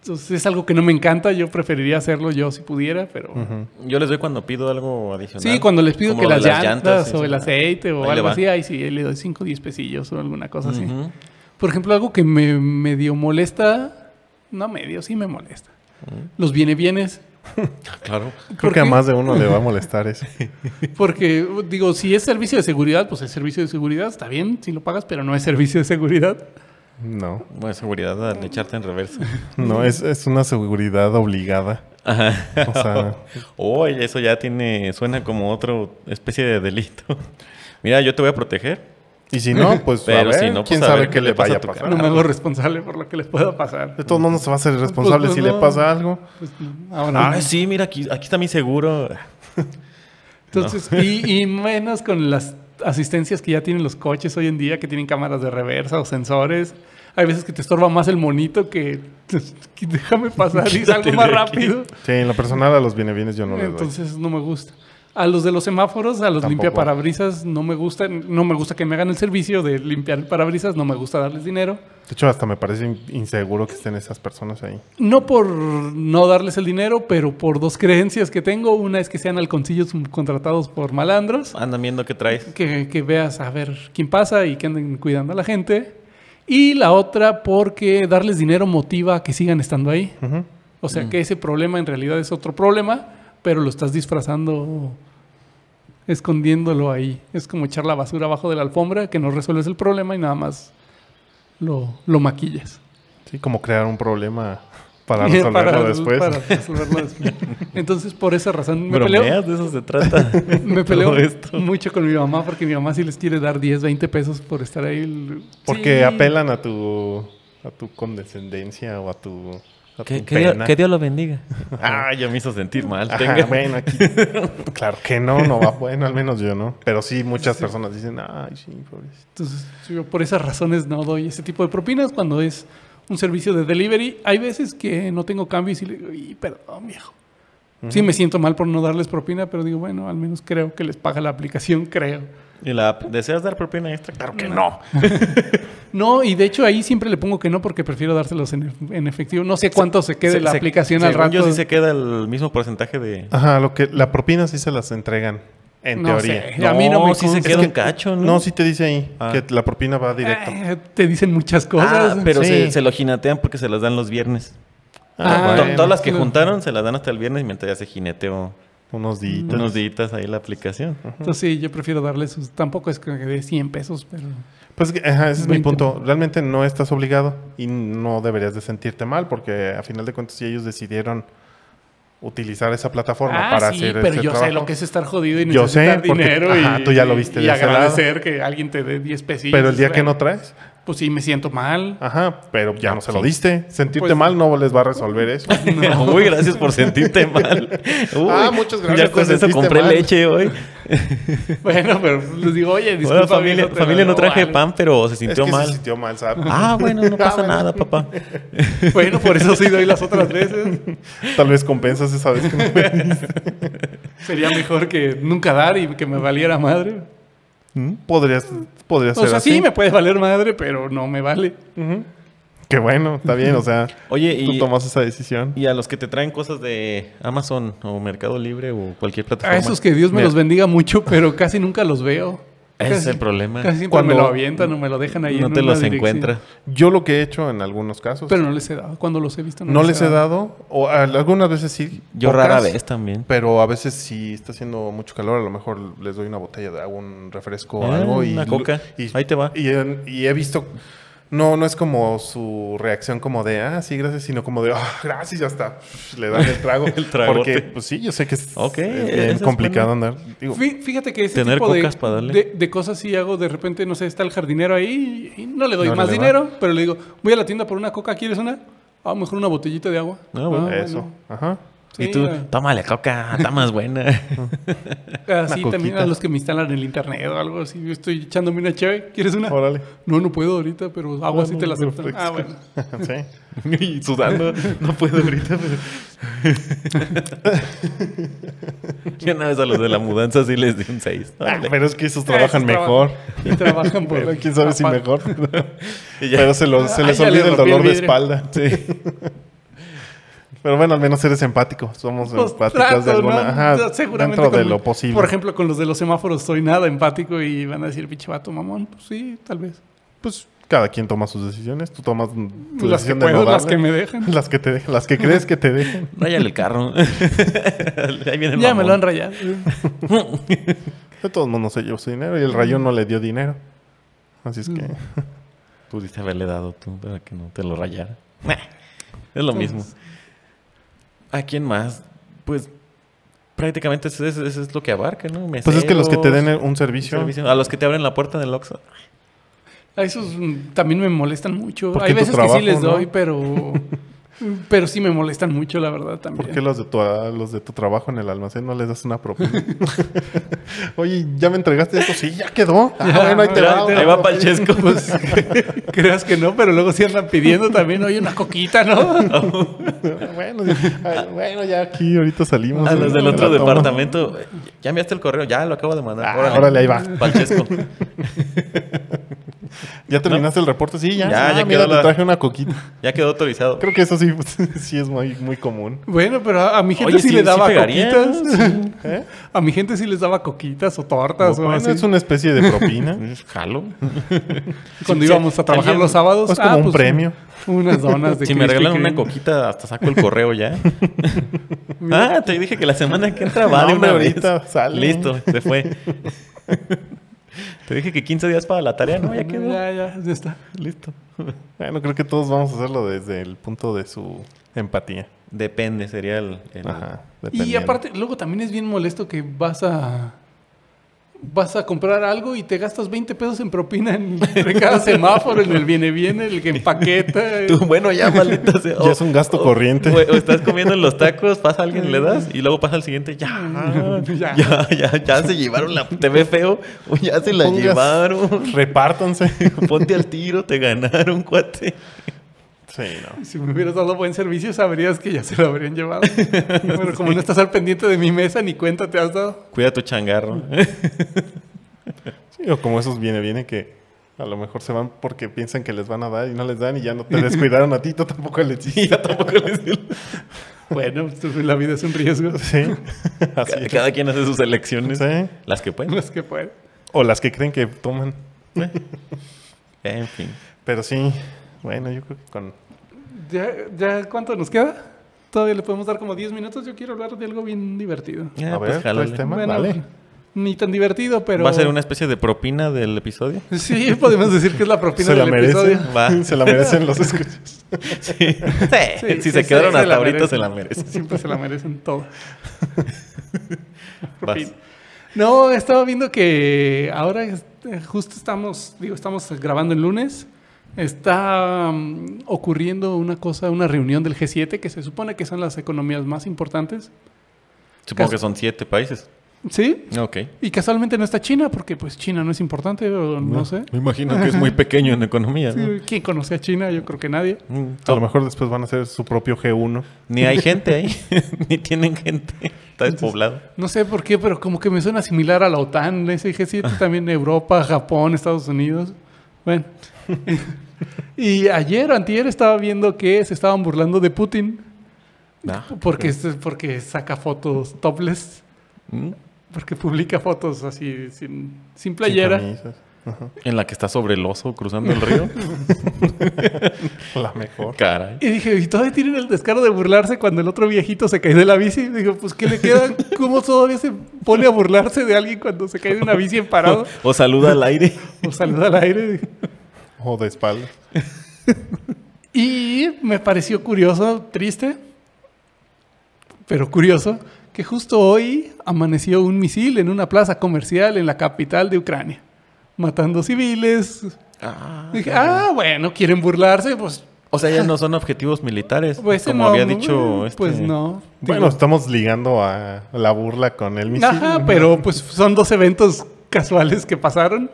Speaker 2: Entonces es algo que no me encanta, yo preferiría hacerlo yo si pudiera, pero...
Speaker 3: Ujú.
Speaker 1: Yo les doy cuando pido algo adicional.
Speaker 2: Sí, cuando les pido
Speaker 1: Como
Speaker 2: que
Speaker 1: lo de
Speaker 2: las, llantas,
Speaker 1: sí,
Speaker 2: o
Speaker 1: sí,
Speaker 2: el
Speaker 1: ah.
Speaker 2: aceite o
Speaker 1: Ahí le
Speaker 2: algo
Speaker 1: va.
Speaker 2: así, ahí sí, ahí le doy 5 o 10 pesillos o alguna cosa así.
Speaker 1: Ujú.
Speaker 2: Por ejemplo, algo que me medio molesta, no medio, sí me molesta. Los viene bienes.
Speaker 1: Ah, Claro.
Speaker 3: Creo que a más de uno le va a molestar eso.
Speaker 2: Porque, digo, si es servicio de seguridad, pues es servicio de seguridad, está bien si lo pagas, pero no es servicio de seguridad.
Speaker 3: No,
Speaker 1: Bueno, seguridad al echarte en reversa.
Speaker 3: no, es, es una seguridad obligada.
Speaker 1: Ajá.
Speaker 3: O sea,
Speaker 1: Oye, eso ya tiene, suena como otra especie de delito. Mira, yo te voy a proteger.
Speaker 3: y si no, pues a
Speaker 1: Pero
Speaker 3: ver,
Speaker 1: si no, pues,
Speaker 3: quién
Speaker 1: a
Speaker 3: sabe
Speaker 1: ver
Speaker 3: qué
Speaker 1: qué
Speaker 3: le
Speaker 1: le pasa
Speaker 3: vaya
Speaker 1: a
Speaker 3: a
Speaker 1: tu
Speaker 3: pasar.
Speaker 1: cara.
Speaker 2: No me hago responsable por lo que les pueda pasar.
Speaker 3: De todos modos se va a hacer responsable
Speaker 2: Pues,
Speaker 3: si
Speaker 2: pues,
Speaker 3: le
Speaker 2: no.
Speaker 3: pasa algo.
Speaker 2: Pues, no, ahora
Speaker 1: Ah,
Speaker 2: no.
Speaker 1: sí, mira, aquí, aquí está mi seguro.
Speaker 2: Entonces, y, y menos con las asistencias que ya tienen los coches hoy en día, que tienen cámaras de reversa o sensores. Hay veces que te estorba más el monito que que déjame pasar y
Speaker 1: Quítate
Speaker 2: salgo más
Speaker 1: de aquí.
Speaker 2: rápido.
Speaker 3: Sí, en lo personal a los bienes bienes yo no le doy.
Speaker 2: Entonces no me gusta. A los de los semáforos, a los
Speaker 3: Tampoco.
Speaker 2: limpiaparabrisas, no me gusta. No me gusta que me hagan el servicio de limpiar el parabrisas, no me gusta darles dinero.
Speaker 3: De hecho, hasta me parece in- inseguro que estén esas personas ahí.
Speaker 2: No por no darles el dinero, pero por dos creencias que tengo. Una es que sean halconcillos contratados por malandros.
Speaker 1: Andan viendo qué traes.
Speaker 2: que, que veas a ver quién pasa y que anden cuidando a la gente. Y la otra, porque darles dinero motiva a que sigan estando ahí.
Speaker 3: Ujú.
Speaker 2: O
Speaker 3: Mm.
Speaker 2: sea que ese problema en realidad es otro problema, pero lo estás disfrazando, escondiéndolo ahí. Es como echar la basura abajo de la alfombra, que no resuelves el problema y nada más lo, lo maquillas.
Speaker 3: Sí, como crear un problema para resolverlo después.
Speaker 2: para resolverlo después. Entonces, por esa razón me peleo,
Speaker 1: Bromeas, de eso se trata.
Speaker 2: me peleo
Speaker 1: Todo esto.
Speaker 2: mucho con mi mamá porque mi mamá sí les quiere dar 10, 20 pesos por estar ahí.
Speaker 3: Porque
Speaker 2: Sí.
Speaker 3: apelan a tu a tu condescendencia o a tu, a tu pena.
Speaker 1: lo bendiga. Ah, ya me hizo sentir mal.
Speaker 3: Ajá,
Speaker 1: Tenga.
Speaker 3: bueno, aquí. claro que no, no va bueno, al menos yo no. Pero sí, muchas personas dicen, ay, sí, pobrecito.
Speaker 2: Entonces, yo por esas razones no doy ese tipo de propinas cuando es un servicio de delivery. Hay veces que no tengo cambio y sí le digo, "Y, perdón, viejo. Sí, me siento mal por no darles propina, pero digo, bueno, al menos creo que les paga la aplicación, creo.
Speaker 1: ¿Y la app, deseas dar propina extra? Claro
Speaker 2: Mm.
Speaker 1: que no.
Speaker 2: No, y de hecho ahí siempre le pongo que no porque prefiero dárselos en, en efectivo. No sé cuánto se quede
Speaker 1: Se-
Speaker 2: la
Speaker 1: se-
Speaker 2: aplicación al
Speaker 1: según
Speaker 2: rato.
Speaker 1: Yo sí se queda el mismo porcentaje de.
Speaker 3: Ajá, lo que la propina sí se las entregan en
Speaker 2: No
Speaker 3: teoría.
Speaker 2: sé. A mí no me
Speaker 1: sí se
Speaker 2: consta.
Speaker 1: queda
Speaker 3: Es
Speaker 1: un
Speaker 3: que-
Speaker 1: cacho, ¿no?
Speaker 3: No, sí te dice ahí
Speaker 1: Ah.
Speaker 3: que la propina va directo.
Speaker 2: Eh, te dicen muchas
Speaker 1: Ah,
Speaker 2: cosas.
Speaker 1: pero
Speaker 3: sí.
Speaker 1: se, se lo jinetean porque se las dan los viernes.
Speaker 2: Ah,
Speaker 1: To-
Speaker 2: bueno.
Speaker 1: Todas las que
Speaker 2: Claro.
Speaker 1: juntaron se las dan hasta el viernes mientras ya se jineteó
Speaker 3: Unos días.
Speaker 1: unos días ahí la aplicación.
Speaker 2: Entonces sí, yo prefiero darles sus... Tampoco es que de 100 pesos, pero...
Speaker 3: Pues que- ajá, ese es mi
Speaker 2: 20.
Speaker 3: punto. Realmente no estás obligado y no deberías de sentirte mal porque a final de cuentas si ellos decidieron utilizar esa plataforma
Speaker 2: Ah,
Speaker 3: para
Speaker 2: sí,
Speaker 3: hacer
Speaker 2: pero
Speaker 3: ese
Speaker 2: yo sé
Speaker 3: trabajo.
Speaker 2: lo que es estar jodido y
Speaker 3: Yo
Speaker 2: necesitar
Speaker 3: sé, porque-
Speaker 2: dinero
Speaker 3: ajá,
Speaker 2: y,
Speaker 3: tú ya lo viste
Speaker 2: y
Speaker 3: de ese lado.
Speaker 2: agradecer que alguien te dé 10 pesillos.
Speaker 3: Pero el día
Speaker 2: Bueno,
Speaker 3: que no traes,
Speaker 2: Pues sí, me siento mal.
Speaker 3: ajá, pero ya no se lo diste. Sentirte
Speaker 2: Pues-
Speaker 3: mal no les va a resolver eso.
Speaker 1: Uy, gracias por sentirte mal. Uy,
Speaker 3: Ah, muchas gracias,
Speaker 1: Ya con
Speaker 3: te
Speaker 1: eso
Speaker 3: sentiste
Speaker 1: compré
Speaker 3: mal.
Speaker 1: leche hoy.
Speaker 2: Bueno, pero les digo, oye, disculpa.
Speaker 1: Hola, familia,
Speaker 2: viejo, te
Speaker 1: familia
Speaker 2: lo
Speaker 1: no traje
Speaker 2: vale.
Speaker 1: pan, pero se
Speaker 3: es
Speaker 1: sintió
Speaker 3: que
Speaker 1: mal.
Speaker 3: se sintió mal, ¿sabes?
Speaker 1: Ah, bueno, no pasa
Speaker 3: bueno.
Speaker 1: nada, papá.
Speaker 2: Bueno, por eso sí doy las otras veces.
Speaker 3: Tal vez compensas esa vez que no
Speaker 2: Sería mejor que nunca dar y que me valiera madre.
Speaker 3: podrías, podrías
Speaker 2: O
Speaker 3: ser
Speaker 2: sea,
Speaker 3: así.
Speaker 2: sí me puede valer madre, pero no me vale.
Speaker 3: Ujú. Que bueno, está bien, o sea,
Speaker 1: Oye,
Speaker 3: tú
Speaker 1: y,
Speaker 3: tomas esa decisión.
Speaker 1: y a los que te traen cosas de Amazon o Mercado Libre o cualquier plataforma.
Speaker 2: A esos que Dios me
Speaker 1: Mira,
Speaker 2: los bendiga mucho, pero casi nunca los veo.
Speaker 1: Ese es
Speaker 2: Casi-
Speaker 1: el problema.
Speaker 2: Casi siempre
Speaker 3: Cuando-
Speaker 2: me lo avientan o me lo dejan ahí.
Speaker 1: No
Speaker 2: en
Speaker 1: te
Speaker 2: una
Speaker 1: los
Speaker 2: dirección.
Speaker 1: encuentra.
Speaker 3: Yo lo que he hecho en algunos casos,
Speaker 2: Pero no les he dado. Cuando los he visto,
Speaker 3: no, les he dado, o a- algunas veces sí.
Speaker 1: Yo
Speaker 3: pocas,
Speaker 1: rara vez también.
Speaker 3: Pero a veces si está haciendo mucho calor, a lo mejor les doy una botella de agua, un refresco o
Speaker 1: Ah,
Speaker 3: algo. Y,
Speaker 1: una coca.
Speaker 3: y-
Speaker 1: Ahí te va.
Speaker 3: Y, en- y he visto... No, no es como su reacción como de, ah, sí, gracias, sino como de, ah, gracias, ya está. Le dan el trago.
Speaker 1: El tragote.
Speaker 3: Porque, pues sí, yo sé que es,
Speaker 1: Ok,
Speaker 3: es
Speaker 1: esa
Speaker 3: bien
Speaker 1: es
Speaker 3: complicado andar. Digo,
Speaker 2: Fí- Fíjate que ese
Speaker 1: Tener
Speaker 2: tipo de,
Speaker 1: cocas para darle.
Speaker 2: de- de cosas sí hago. De repente, no sé, está el jardinero ahí y no le doy
Speaker 3: No le
Speaker 2: más
Speaker 3: va.
Speaker 2: dinero, pero le digo, voy a la tienda por una coca, ¿quieres una? A lo mejor una botellita de agua.
Speaker 1: Ah, bueno.
Speaker 3: eso, ajá.
Speaker 1: y tú,
Speaker 2: ah,
Speaker 1: tómale coca, está más buena.
Speaker 2: Así
Speaker 3: Una
Speaker 2: también
Speaker 3: coquita.
Speaker 2: a los que me instalan el internet o algo así. Yo estoy echándome una chévere. ¿Quieres una?
Speaker 3: Órale.
Speaker 2: No, no puedo ahorita, pero agua sí te la acepto.
Speaker 3: Refresco.
Speaker 2: Ah, bueno.
Speaker 3: sí.
Speaker 1: y sudando, no puedo ahorita. pero- Yo una vez a los de la mudanza sí les di un 6.
Speaker 3: Ah, pero es que esos trabajan
Speaker 2: Esos
Speaker 3: mejor.
Speaker 2: Y trabajan por
Speaker 3: Pero quién sabe si
Speaker 2: aparte.
Speaker 3: mejor. Pero se, los- se
Speaker 2: Ay,
Speaker 3: les
Speaker 2: ya le
Speaker 3: olvida el
Speaker 2: rompí el
Speaker 3: dolor de
Speaker 2: vidrio.
Speaker 3: espalda. Pero bueno, al menos eres empático. Somos
Speaker 2: Pues,
Speaker 3: empáticos
Speaker 2: trato,
Speaker 3: de alguna.
Speaker 2: ¿no?
Speaker 3: Ajá,
Speaker 2: Ya, seguramente
Speaker 3: dentro de
Speaker 2: con-
Speaker 3: lo posible.
Speaker 2: Por ejemplo, con los de los semáforos soy nada empático y van a decir, pinche vato, mamón. Pues sí, tal vez.
Speaker 3: pues cada quien toma sus decisiones. Tú tomas tu
Speaker 2: las que
Speaker 3: decisión de no
Speaker 2: puedo, las
Speaker 3: darle.
Speaker 2: que me dejan.
Speaker 3: Las que te dejan, las que crees que te dejan.
Speaker 1: Ráyale el carro. Ahí viene el
Speaker 2: Ya me lo han
Speaker 1: mamón.
Speaker 2: rayado.
Speaker 3: De todos modos no se llevó su dinero y el rayón no le dio dinero. Así es que.
Speaker 2: Mm.
Speaker 1: Pudiste haberle dado tú para que no te lo rayara. es lo mismo. ¿A quién más? Pues prácticamente eso es, eso es lo que abarca, ¿no?
Speaker 3: Pues es que los que te den
Speaker 1: Meseros,
Speaker 3: un servicio.
Speaker 1: servicio- A los que te abren la puerta del Oxxo.
Speaker 2: A esos mm, también me molestan mucho.
Speaker 3: Porque
Speaker 2: Hay
Speaker 3: tu
Speaker 2: veces que
Speaker 3: trabajo,
Speaker 2: sí les
Speaker 3: ¿no?
Speaker 2: doy, pero... pero sí me molestan mucho, la verdad, también.
Speaker 3: ¿Por qué los de, tu, a los de tu trabajo en el almacén no les das una propina? Oye, ¿ya me entregaste esto? Sí, ya quedó. Ah,
Speaker 2: Ya,
Speaker 3: bueno, ahí te
Speaker 2: ya,
Speaker 3: va.
Speaker 2: ahí
Speaker 3: una
Speaker 1: Ahí va
Speaker 3: propina.
Speaker 1: Palchesco.
Speaker 2: Pues, creas que no, pero luego sí andan pidiendo también, oye, una coquita, ¿no?
Speaker 3: bueno, sí. Ah, bueno, ya aquí ahorita salimos.
Speaker 1: A los Ah, del
Speaker 3: Me
Speaker 1: otro
Speaker 3: la tomo.
Speaker 1: departamento. Ya enviaste el correo, ya lo acabo de mandar.
Speaker 3: Ah, órale, ahí va.
Speaker 1: Palchesco.
Speaker 3: ¿Ya terminaste el reporte? Sí, ya.
Speaker 1: Ya,
Speaker 3: Ah,
Speaker 1: ya
Speaker 3: mira,
Speaker 1: quedó
Speaker 3: te
Speaker 1: la-
Speaker 3: traje una coquita.
Speaker 1: Ya quedó autorizado.
Speaker 3: Creo que eso sí, sí es muy, muy común.
Speaker 2: Bueno, pero a, a mi gente
Speaker 1: Oye,
Speaker 2: sí,
Speaker 1: sí-
Speaker 2: le
Speaker 1: sí
Speaker 2: daba
Speaker 1: pegaría,
Speaker 2: coquitas.
Speaker 3: ¿Eh?
Speaker 2: A mi gente sí les daba coquitas o tortas o
Speaker 3: Bueno,
Speaker 2: así.
Speaker 3: es una especie de
Speaker 1: ¿Eh?
Speaker 3: propina.
Speaker 1: Jalo.
Speaker 2: Cuando
Speaker 1: Sí,
Speaker 2: íbamos
Speaker 1: sí,
Speaker 2: a trabajar
Speaker 1: alguien-
Speaker 2: los sábados.
Speaker 3: Es como
Speaker 2: ah,
Speaker 3: un
Speaker 2: pues,
Speaker 3: premio.
Speaker 2: Unas donas de
Speaker 1: Si me
Speaker 2: Krispy
Speaker 1: regalan una
Speaker 2: Kreme.
Speaker 1: coquita, hasta saco el correo ya. ah, te dije que la semana que entra va
Speaker 3: No,
Speaker 1: de una
Speaker 3: hombre,
Speaker 1: vez.
Speaker 3: ahorita sale.
Speaker 1: Listo, se fue. te dije que 15 días para la tarea, no, ya quedó.
Speaker 2: Ya, ya, ya está.
Speaker 1: Listo.
Speaker 3: Bueno, creo que todos vamos a hacerlo desde el punto de su empatía.
Speaker 1: Depende, sería el. el-
Speaker 3: Ajá.
Speaker 2: Y
Speaker 3: dependiendo.
Speaker 2: aparte, luego también es bien molesto que vas a. Vas a comprar algo y te gastas 20 pesos en propina en, en cada semáforo, en el viene-viene, el que empaqueta.
Speaker 1: Tú, bueno, ya, maldita sea.
Speaker 3: Ya es un gasto corriente.
Speaker 1: O, o estás comiendo los tacos, pasa alguien y le das, y luego pasa el siguiente, ya.
Speaker 2: Ya.
Speaker 1: Ya, ya, ya, se llevaron la. Te ve feo, o ya se la
Speaker 3: Pongas-
Speaker 1: llevaron.
Speaker 3: Repártanse.
Speaker 1: Ponte al tiro, te ganaron, cuate.
Speaker 3: Sí, no.
Speaker 2: Si me hubieras dado buen servicio, sabrías que ya se lo habrían llevado. Pero como no estás al pendiente de mi mesa, ni cuenta te has dado.
Speaker 1: Cuida tu changarro.
Speaker 3: Sí, o como esos viene, viene que a lo mejor se van porque piensan que les van a dar y no les dan y ya no te descuidaron a ti, tú tampoco les
Speaker 1: Y
Speaker 3: hiciste.
Speaker 1: yo tampoco les digo.
Speaker 2: Bueno, pues, la vida es un riesgo.
Speaker 3: Sí, así
Speaker 1: Ca-
Speaker 3: es.
Speaker 1: Cada quien hace sus elecciones.
Speaker 3: Sí.
Speaker 1: Las que ¿eh? pueden.
Speaker 2: Las que pueden.
Speaker 3: O las que creen que toman.
Speaker 1: En fin.
Speaker 3: Pero sí, bueno, yo creo que con...
Speaker 2: ¿Ya, ya cuánto nos queda? Todavía le podemos dar como 10 minutos. Yo quiero hablar de algo bien divertido.
Speaker 1: Ya,
Speaker 3: a
Speaker 1: pues,
Speaker 3: ver,
Speaker 1: jálale.
Speaker 3: ¿traes tema? Dale.
Speaker 2: ni tan divertido, pero.
Speaker 1: ¿Va a ser una especie de propina del episodio?
Speaker 2: Sí, podemos decir que es la propina
Speaker 3: Se la
Speaker 2: del episodio.
Speaker 3: merecen.
Speaker 1: Va.
Speaker 3: Se la merecen los escuchas.
Speaker 1: Sí. si
Speaker 2: sí,
Speaker 1: se
Speaker 2: sí,
Speaker 1: quedaron
Speaker 2: se
Speaker 1: hasta
Speaker 2: la
Speaker 1: ahorita,
Speaker 2: merecen.
Speaker 1: se la merecen.
Speaker 2: Siempre se la merecen todo.
Speaker 1: Vas.
Speaker 2: Propina. No, estaba viendo que ahora este, justo estamos, digo, estamos grabando el lunes. Está mm, ocurriendo una cosa, una reunión del G7 que se supone que son las economías más importantes.
Speaker 1: Supongo que
Speaker 2: Cas-
Speaker 1: son siete países.
Speaker 2: ¿Sí?
Speaker 1: Ok.
Speaker 2: Y casualmente no está China, porque pues China no es importante, o no, sé.
Speaker 1: Me imagino que es muy pequeño en economía. ¿no?
Speaker 2: Sí, ¿Quién conoce a China? Yo creo que nadie.
Speaker 1: Mm,
Speaker 3: A lo mejor después van a hacer su propio G1.
Speaker 1: Ni hay gente ahí. Ni tienen gente. Está despoblado.
Speaker 2: No sé por qué, pero como que me suena similar a la OTAN, ese G7 también, Europa, Japón, Estados Unidos. Bueno. y ayer o antier estaba viendo que se estaban burlando de Putin
Speaker 1: Ah,
Speaker 2: porque, porque saca fotos topless.
Speaker 1: mm,
Speaker 2: Porque publica fotos así, sin, sin playera.
Speaker 3: Sin camisas. Ajá.
Speaker 1: En la que está sobre el oso cruzando el río.
Speaker 3: La mejor.
Speaker 1: Caray.
Speaker 2: y dije, y todavía tienen el descaro de burlarse cuando el otro viejito se cae de la bici. Y digo, pues, ¿qué le queda? ¿Cómo todavía se pone a burlarse de alguien cuando se cae de una bici en parado?
Speaker 1: O saluda al aire.
Speaker 2: O saluda al aire. Dije,
Speaker 3: O de espalda.
Speaker 2: Y me pareció curioso, triste, pero curioso, que justo hoy amaneció un misil en una plaza comercial en la capital de Ucrania, matando civiles. Dije, ah, bueno, quieren burlarse, pues,
Speaker 1: O sea, ya no son objetivos militares.
Speaker 2: pues
Speaker 1: como
Speaker 2: no,
Speaker 1: había
Speaker 2: no,
Speaker 1: dicho este.
Speaker 2: Pues no.
Speaker 3: Bueno, estamos ligando a la burla con el misil.
Speaker 2: Ajá, pero pues son dos eventos casuales que pasaron.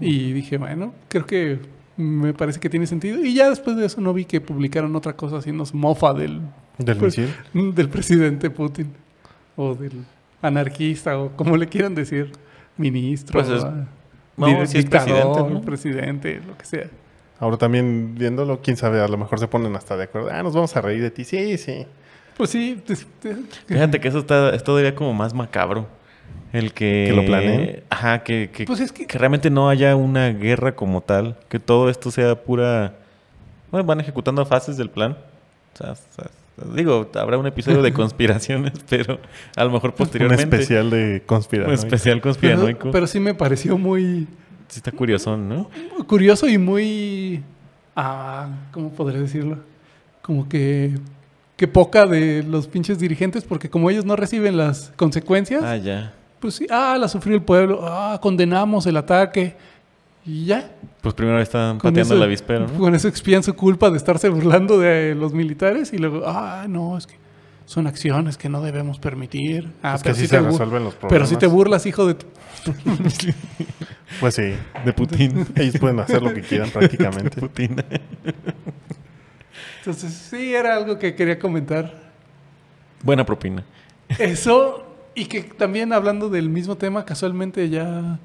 Speaker 2: Y dije, bueno, creo que me parece que tiene sentido. Y ya después de eso no vi que publicaron otra cosa haciéndose mofa del,
Speaker 3: Del
Speaker 2: pues,
Speaker 3: misil.
Speaker 2: del presidente Putin. O del anarquista, o como le quieran decir, ministro,
Speaker 1: Pues es-
Speaker 2: ah,
Speaker 1: no,
Speaker 2: di-
Speaker 1: sí es
Speaker 2: dictador,
Speaker 1: presidente, ¿no?
Speaker 2: presidente, lo que sea.
Speaker 3: Ahora también viéndolo, quién sabe, a lo mejor se ponen hasta de acuerdo. Ah, nos vamos a reír de ti. Sí, sí.
Speaker 2: Pues sí, pues, eh,
Speaker 1: Fíjate que eso está, es todavía como más macabro. El que.
Speaker 3: ¿Que lo planeen?
Speaker 1: Ajá, que, que,
Speaker 2: Pues es que-
Speaker 1: que realmente no haya una guerra como tal. Que todo esto sea pura. Bueno, van ejecutando fases del plan. O sea, o sea, digo, habrá un episodio de conspiraciones, pero a lo mejor
Speaker 3: Un
Speaker 1: posteriormente.
Speaker 3: especial de Pues
Speaker 1: Un
Speaker 3: conspiración.
Speaker 1: especial
Speaker 2: pero,
Speaker 1: conspiranoico.
Speaker 2: pues pero sí me pareció muy
Speaker 1: sí está curioso, ¿no?
Speaker 2: curioso y muy. Ah, ¿cómo podré decirlo? Como que. Que poca de los pinches dirigentes, porque como ellos no reciben las consecuencias,
Speaker 1: Ah, ya.
Speaker 2: pues sí, ah, la sufrió el pueblo, ah, condenamos el ataque, y ya.
Speaker 1: Pues primero están
Speaker 2: Con
Speaker 1: pateando
Speaker 2: eso-
Speaker 1: el avispero, ¿no?
Speaker 2: Con eso expían su culpa de estarse burlando de los militares y luego, ah, no, es que son acciones que no debemos permitir. Ah,
Speaker 3: Es que así
Speaker 2: sí
Speaker 3: se
Speaker 2: te bu-
Speaker 3: resuelven los problemas.
Speaker 2: Pero si te burlas, hijo de... tu-
Speaker 3: Pues sí, de Putin. Ellos pueden hacer lo que quieran prácticamente.
Speaker 1: Putin.
Speaker 2: Entonces, sí, era algo que quería comentar.
Speaker 1: Buena propina.
Speaker 2: Eso, y que también hablando del mismo tema, casualmente ya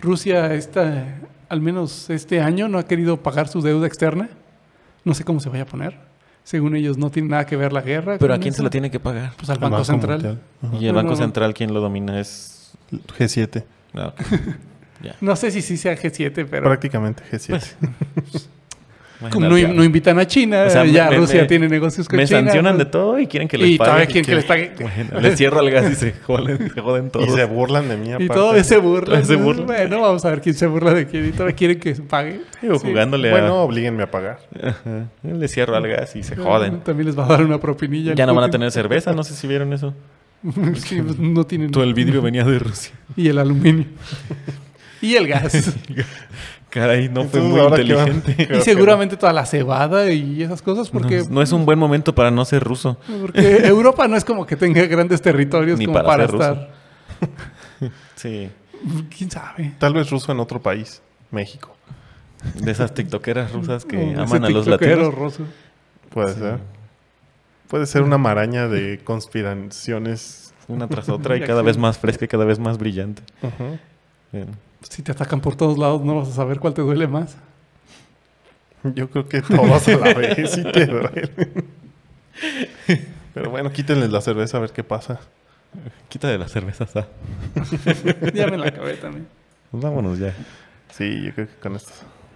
Speaker 2: Rusia, esta, al menos este año, no ha querido pagar su deuda externa. No sé cómo se vaya a poner. Según ellos, no tiene nada que ver la guerra.
Speaker 1: Pero ¿a
Speaker 2: con
Speaker 1: quién se
Speaker 2: eso.
Speaker 1: la tiene que pagar?
Speaker 2: Pues al
Speaker 3: El
Speaker 2: Banco, Central.
Speaker 3: Mundial. Ajá.
Speaker 1: Y el
Speaker 2: No,
Speaker 1: Banco
Speaker 2: no, no.
Speaker 1: Central, ¿quién lo domina? Es...
Speaker 3: G7.
Speaker 1: Ah, ok. ya.
Speaker 2: No sé si sí sea G7, pero
Speaker 3: Prácticamente G7.
Speaker 1: Pues, Bueno,
Speaker 2: como no,
Speaker 1: ya.
Speaker 2: no invitan a China,
Speaker 1: O sea,
Speaker 2: ya
Speaker 1: me- me-
Speaker 2: Rusia
Speaker 1: me-
Speaker 2: tiene negocios con
Speaker 1: Me
Speaker 2: China.
Speaker 1: sancionan de
Speaker 2: pues,
Speaker 1: todo y quieren que les
Speaker 2: Y todavía
Speaker 1: pague.
Speaker 2: quieren que les pague.
Speaker 1: Bueno, les cierro el gas y se joden, se joden todos.
Speaker 3: y se burlan de mí
Speaker 2: Y
Speaker 3: aparte.
Speaker 2: todavía se burla.
Speaker 1: Todavía se burla.
Speaker 2: Bueno, vamos a ver quién se burla de quién. Y todavía quieren que se pague.
Speaker 1: Digo,
Speaker 2: Sí.
Speaker 1: jugándole
Speaker 3: Bueno, oblíguenme a pagar.
Speaker 1: a... Ajá. Les cierro al gas y se
Speaker 2: Ah,
Speaker 1: joden.
Speaker 2: También les va a dar una propinilla. el
Speaker 1: Ya no van a
Speaker 2: Putin.
Speaker 1: tener cerveza, no sé si vieron eso.
Speaker 2: Sí, pues, no tienen.
Speaker 1: Todo el vidrio venía de Rusia.
Speaker 2: Y el aluminio. y el gas.
Speaker 1: Caray, no fue
Speaker 3: Entonces,
Speaker 1: muy
Speaker 3: ¿ahora qué van?
Speaker 1: inteligente.
Speaker 2: y seguramente toda la cebada y esas cosas, porque,
Speaker 1: No, no es un buen momento para no ser ruso.
Speaker 2: porque Europa no es como que tenga grandes territorios
Speaker 1: Ni
Speaker 2: como para,
Speaker 1: para ser
Speaker 2: estar.
Speaker 1: Sí.
Speaker 2: ¿Quién sabe?
Speaker 3: Tal vez ruso en otro país. México.
Speaker 1: De esas tiktokeras rusas que
Speaker 2: No, ese
Speaker 1: aman a los
Speaker 2: tiktokero
Speaker 1: latinos.
Speaker 2: ruso.
Speaker 3: Puede ser. Puede ser una maraña de conspiraciones.
Speaker 1: Una tras otra y
Speaker 2: Ya
Speaker 1: cada
Speaker 2: que-
Speaker 1: vez más fresca y cada vez más brillante.
Speaker 3: Ujú.
Speaker 1: Bien.
Speaker 2: Si te atacan por todos lados, no vas a saber cuál te duele más.
Speaker 3: Yo creo que todos a la vez y te duele. Pero bueno, quítenles la cerveza a ver qué pasa.
Speaker 1: Quita de las cervezas. ah.
Speaker 2: ya me la acabé también.
Speaker 1: Pues vámonos ya.
Speaker 3: Sí, yo creo que con esto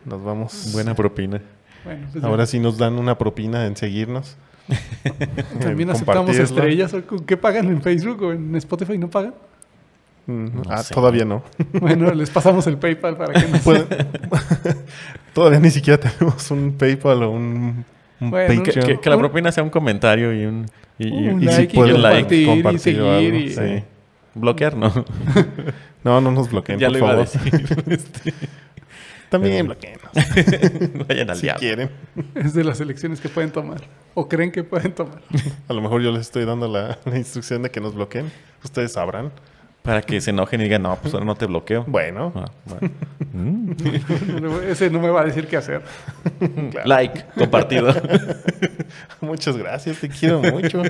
Speaker 3: nos vamos.
Speaker 1: Buena propina.
Speaker 2: Bueno, pues
Speaker 3: Ahora
Speaker 2: Ahora
Speaker 3: sí nos dan una propina en seguirnos.
Speaker 2: también
Speaker 3: Eh,
Speaker 2: aceptamos
Speaker 3: compartirla.
Speaker 2: estrellas. ¿o ¿Con qué pagan en Facebook o en Spotify? ¿No pagan?
Speaker 3: Mm,
Speaker 1: No
Speaker 3: ah,
Speaker 1: sé.
Speaker 3: todavía no.
Speaker 2: Bueno, les pasamos el PayPal para que nos
Speaker 3: Pueden- Pues, todavía ni siquiera tenemos un PayPal o un, un
Speaker 2: Bueno,
Speaker 1: Que,
Speaker 3: Patreon.
Speaker 1: que- que la propina sea un comentario y un. Y, y-
Speaker 2: Un
Speaker 1: y
Speaker 3: si
Speaker 2: like y
Speaker 1: pueden
Speaker 2: compartir, y
Speaker 3: compartir o
Speaker 2: seguir.
Speaker 3: algo,
Speaker 2: y-
Speaker 1: sí. Bloquear, no.
Speaker 3: No, no nos bloqueen,
Speaker 1: ya
Speaker 3: por
Speaker 1: lo iba a
Speaker 3: favor.
Speaker 1: decir. Este,
Speaker 3: También bloqueenos,
Speaker 1: Vayan al
Speaker 3: si
Speaker 1: diablo.
Speaker 3: quieren.
Speaker 2: Es de las elecciones que pueden tomar. O creen que pueden tomar.
Speaker 3: A lo mejor yo les estoy dando la, la instrucción de que nos bloqueen. Ustedes sabrán.
Speaker 1: Para que se enojen y digan, no, pues ahora no te bloqueo.
Speaker 3: Bueno,
Speaker 1: Ah, bueno. Mm.
Speaker 2: Ese no me va a decir qué hacer.
Speaker 3: claro.
Speaker 1: Like, compartido.
Speaker 2: Ah.
Speaker 3: muchas gracias, te quiero mucho.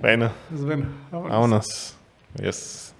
Speaker 3: bueno,
Speaker 2: Pues bueno, vámonos.
Speaker 3: vámonos.
Speaker 1: Adiós.